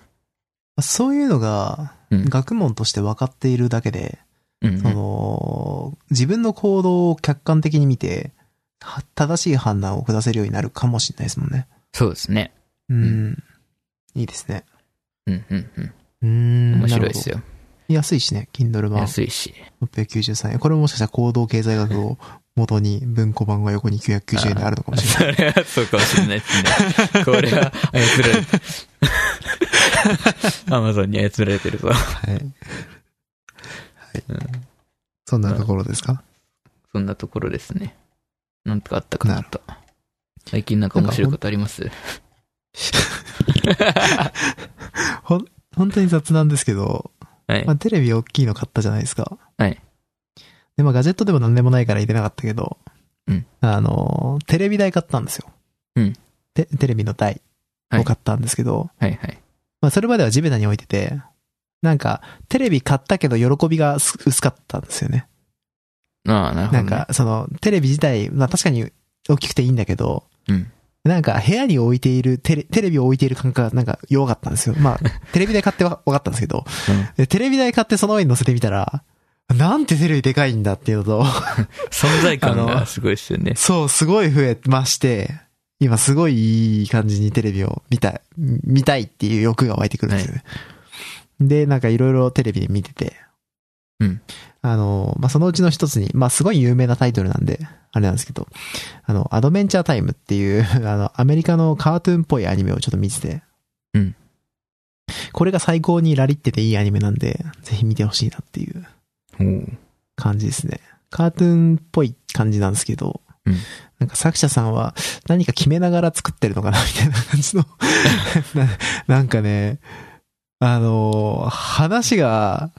Speaker 1: そういうのが、
Speaker 2: うん
Speaker 1: 学問として分かっているだけで、
Speaker 2: うん
Speaker 1: その、自分の行動を客観的に見て、は正しい判断を下せるようになるかもしれないですもんね。
Speaker 2: そうですね。
Speaker 1: うん。
Speaker 2: う
Speaker 1: いいですね。
Speaker 2: うんうんうん。
Speaker 1: うーん。
Speaker 2: 面白いです
Speaker 1: よ。
Speaker 2: よ。
Speaker 1: 安いしね、Kindle 版
Speaker 2: 安いし。
Speaker 1: 693円。これもしかしたら行動経済学を元に文庫版が横に990円であるのかもしれ ない。
Speaker 2: それはそうかもしれないですね。これ は操られて アマゾンに操られてるぞ。
Speaker 1: はい。はい。
Speaker 2: うん
Speaker 1: そんなところですか
Speaker 2: そんなところですね。なんとかあったかなと。最近なんか面白いことあります
Speaker 1: 本当に雑なんですけど、
Speaker 2: はい
Speaker 1: ま。あ、テレビ大きいの買ったじゃないですか。
Speaker 2: はい。
Speaker 1: で、まあ、ガジェットでも何でもないから入れなかったけど、
Speaker 2: うん
Speaker 1: あのー、テレビ台買ったんですよ。
Speaker 2: うん
Speaker 1: てテレビの台を買ったんですけど、
Speaker 2: はいはい。
Speaker 1: まあ、それまでは地べたに置いてて、なんか、テレビ買ったけど喜びがす薄かったんですよね。
Speaker 2: ああ、なるほ
Speaker 1: な
Speaker 2: ど、
Speaker 1: ん
Speaker 2: ね。
Speaker 1: か、その、テレビ自体、まあ、確かに大きくていいんだけど、
Speaker 2: うん
Speaker 1: なんか、部屋に置いている、テレ、テレビを置いている感覚がなんか弱かったんですよ。 まあ、テレビ台買っては分かったんですけど、
Speaker 2: うん
Speaker 1: でテレビ台買ってその上に乗せてみたら、なんてテレビでかいんだっていうのと、
Speaker 2: 存在感
Speaker 1: あ
Speaker 2: が
Speaker 1: の
Speaker 2: すごいですよね。
Speaker 1: そう、すごい増えまして、今すごいいい感じにテレビを見たい、見たいっていう欲が湧いてくるんですよね。で、なんかいろいろテレビで見てて。
Speaker 2: うん
Speaker 1: あの、まあ、そのうちの一つに、まあ、すごい有名なタイトルなんで、あれなんですけど、あの、アドベンチャータイムっていう、 あの、アメリカのカートゥーンっぽいアニメをちょっと見てて。
Speaker 2: うん
Speaker 1: これが最高にラリってていいアニメなんで、ぜひ見てほしいなっていう。
Speaker 2: おう
Speaker 1: 感じですね。カートゥーンっぽい感じなんですけど、
Speaker 2: うん
Speaker 1: なんか作者さんは何か決めながら作ってるのかなみたいな感 じのな、なんかね、あのー話が、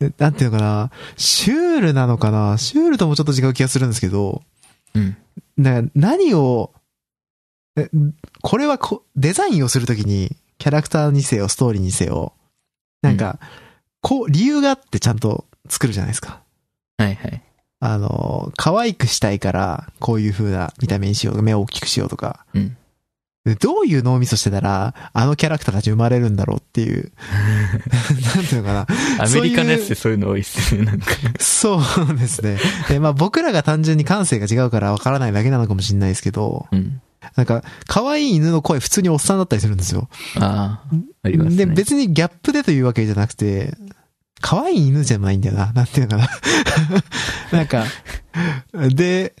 Speaker 1: えなんていうのかな、シュールなのかな、シュールともちょっと違う気がするんですけど、
Speaker 2: うん。
Speaker 1: な何を、えこれはこデザインをするときに、キャラクターにせよ、ストーリーにせよ、なんか、こう、理由があってちゃんと作るじゃないですか。
Speaker 2: はいはい。
Speaker 1: あの、可愛くしたいから、こういう風な見た目にしようとか、目を大きくしようとか。
Speaker 2: うん
Speaker 1: でどういう脳みそしてたら、あのキャラクターたち生まれるんだろうっていう。 なんていうのかな。
Speaker 2: アメリカのやつでそういうの多いっすね。なんか。
Speaker 1: そうですね。で、まあ僕らが単純に感性が違うからわからないだけなのかもしれないですけど、
Speaker 2: うん。
Speaker 1: なんか、可愛い犬の声普通におっさんだったりするんですよ。
Speaker 2: ああ、ありますね。
Speaker 1: で、別にギャップでというわけじゃなくて、可愛い犬じゃないんだよな。なん ていうのかな。なんか、で、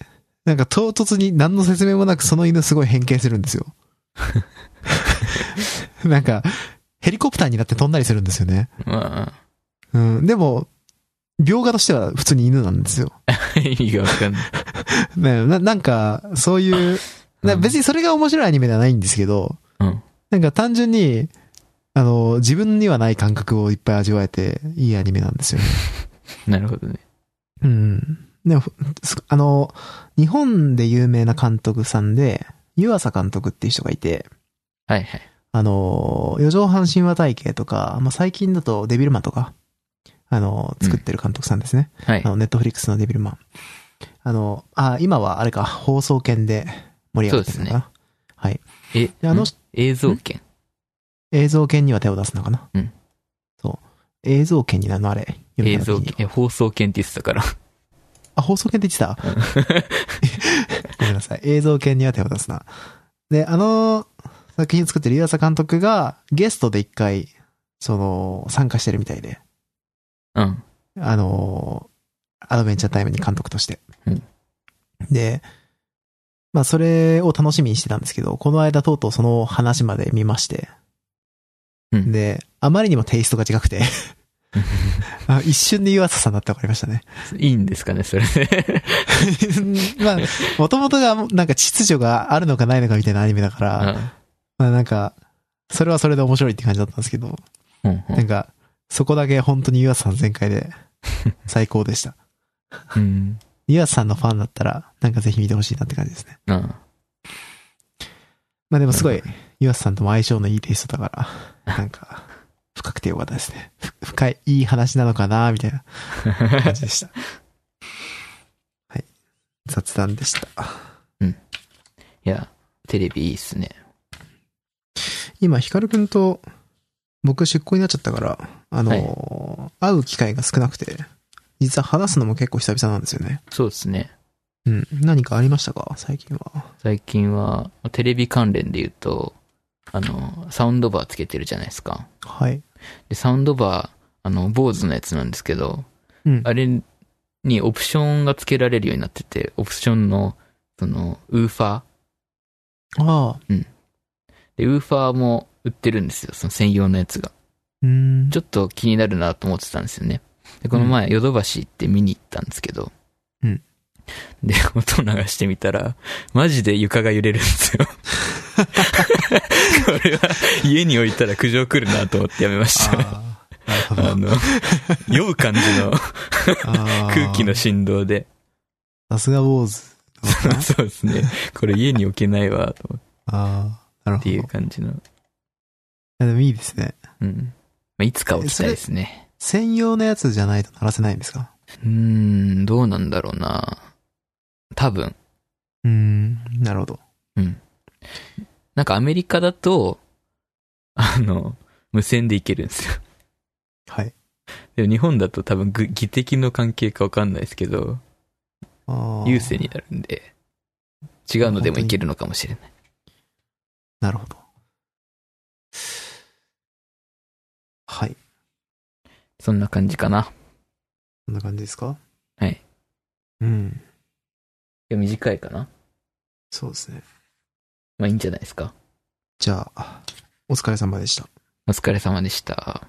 Speaker 1: なんか唐突に何の説明もなくその犬すごい変形するんですよ。 なんか、ヘリコプターになって飛んだりするんですよね。
Speaker 2: ま
Speaker 1: うん。でも、描画としては普通に犬なんですよ。
Speaker 2: あ、 意味がわかんない。
Speaker 1: ねななんか、そういう、な別にそれが面白いアニメではないんですけど、
Speaker 2: うん
Speaker 1: なんか単純に、あの、自分にはない感覚をいっぱい味わえて、いいアニメなんですよね。
Speaker 2: なるほどね。
Speaker 1: うん。でも、ふすあの、日本で有名な監督さんで、湯浅監督っていう人がいて、
Speaker 2: はいはい。
Speaker 1: あの、四畳半神話体系とか、まあ、最近だとデビルマンとか、あの、作ってる監督さんですね。
Speaker 2: はい
Speaker 1: あ。の、ネットフリックスのデビルマン。あの、あ、今はあれか、放送権で盛り上がってるのかな。はい。
Speaker 2: え、
Speaker 1: で、あの
Speaker 2: ん、映像権。
Speaker 1: 映像権には手を出すのかな。
Speaker 2: うん
Speaker 1: そう。映像権になるのあれ。読み方
Speaker 2: 映
Speaker 1: 的
Speaker 2: 像
Speaker 1: に
Speaker 2: 権。いや放送権って言ってたから。
Speaker 1: あ、放送権って言ってた ごめんなさい。映像権には手を出すな。で、あの作品を作ってる湯浅監督がゲストで一回、その、参加してるみたいで。
Speaker 2: うん。
Speaker 1: あのーアドベンチャータイムに監督として。
Speaker 2: うん
Speaker 1: で、まあそれを楽しみにしてたんですけど、この間とうとうその話まで見まして。
Speaker 2: うん
Speaker 1: で、あまりにもテイストが違くて、あ一瞬で湯浅さんだって分かりました ね。
Speaker 2: いいんですかね、それで。
Speaker 1: まあ、もともとが、なんか秩序があるのかないのかみたいなアニメだから、まあなんか、それはそれで面白いって感じだったんですけど、
Speaker 2: うんうんう
Speaker 1: なんんか、そこだけ本当に湯浅さん全開で、最高でした。
Speaker 2: うん
Speaker 1: 湯浅さんのファンだったら、なんかぜひ見てほしいなって感じですね。
Speaker 2: うん
Speaker 1: まあでもすご
Speaker 2: ないる、
Speaker 1: 湯浅さんとも相性のいいテイストだから、なんか、深くてよかったですね。ふ深い、いい話なのかなみたいな感じでした。はい。雑談でした。
Speaker 2: いや、テレビいいっすね。
Speaker 1: 今、ヒカルくんと、僕出向になっちゃったから、あのー会う機会が少なくて、実は話すのも結構久々なんですよね。
Speaker 2: そうですね。
Speaker 1: うん。何かありましたか最近は。
Speaker 2: 最近は、テレビ関連で言うと、あの、サウンドバーつけてるじゃないですか。
Speaker 1: はい。
Speaker 2: で、サウンドバー、あの、坊主のやつなんですけど、
Speaker 1: うん。
Speaker 2: あれにオプションがつけられるようになってて、オプションの、その、ウーファー。
Speaker 1: ああ。
Speaker 2: で、ウーファーも売ってるんですよ、その専用のやつが。
Speaker 1: うーん。
Speaker 2: ちょっと気になるなと思ってたんですよね。で、この前、ヨドバシ行って見に行ったんですけど。
Speaker 1: うん
Speaker 2: で、音を流してみたら、マジで床が揺れるんです よ。これは、家に置いたら苦情来るなと思ってやめました。
Speaker 1: ああ。なるほど。
Speaker 2: あの、酔う感じの
Speaker 1: あー
Speaker 2: 空気の。振動で。
Speaker 1: さすが坊 主。
Speaker 2: そうですね。これ家に置けないわ、と思って
Speaker 1: ああ。なる
Speaker 2: っ
Speaker 1: ほ
Speaker 2: て
Speaker 1: ど。い
Speaker 2: い
Speaker 1: や
Speaker 2: う感じの。
Speaker 1: でもいいですね。
Speaker 2: うん。まあ、いつか置きたいですね。
Speaker 1: 専用のやつじゃないと鳴らせないんですか
Speaker 2: うーん、どうなんだろうな多分。
Speaker 1: うーん。なるほど。
Speaker 2: なんかアメリカだと、あの、無線でいけるんですよ。
Speaker 1: はい。
Speaker 2: でも日本だと多分ぐ技的の関係かわかんないですけど、
Speaker 1: ああ。
Speaker 2: 優勢になるんで、違うのでもいけるのかもしれない。
Speaker 1: なるほど。はい。
Speaker 2: そんな感じかな。
Speaker 1: こんな感じですか
Speaker 2: はい。
Speaker 1: うん。
Speaker 2: いや短いかな
Speaker 1: そうですね。
Speaker 2: まあいいんじゃないですか。
Speaker 1: じゃあ、お疲れ様でした。
Speaker 2: お疲れ様でした。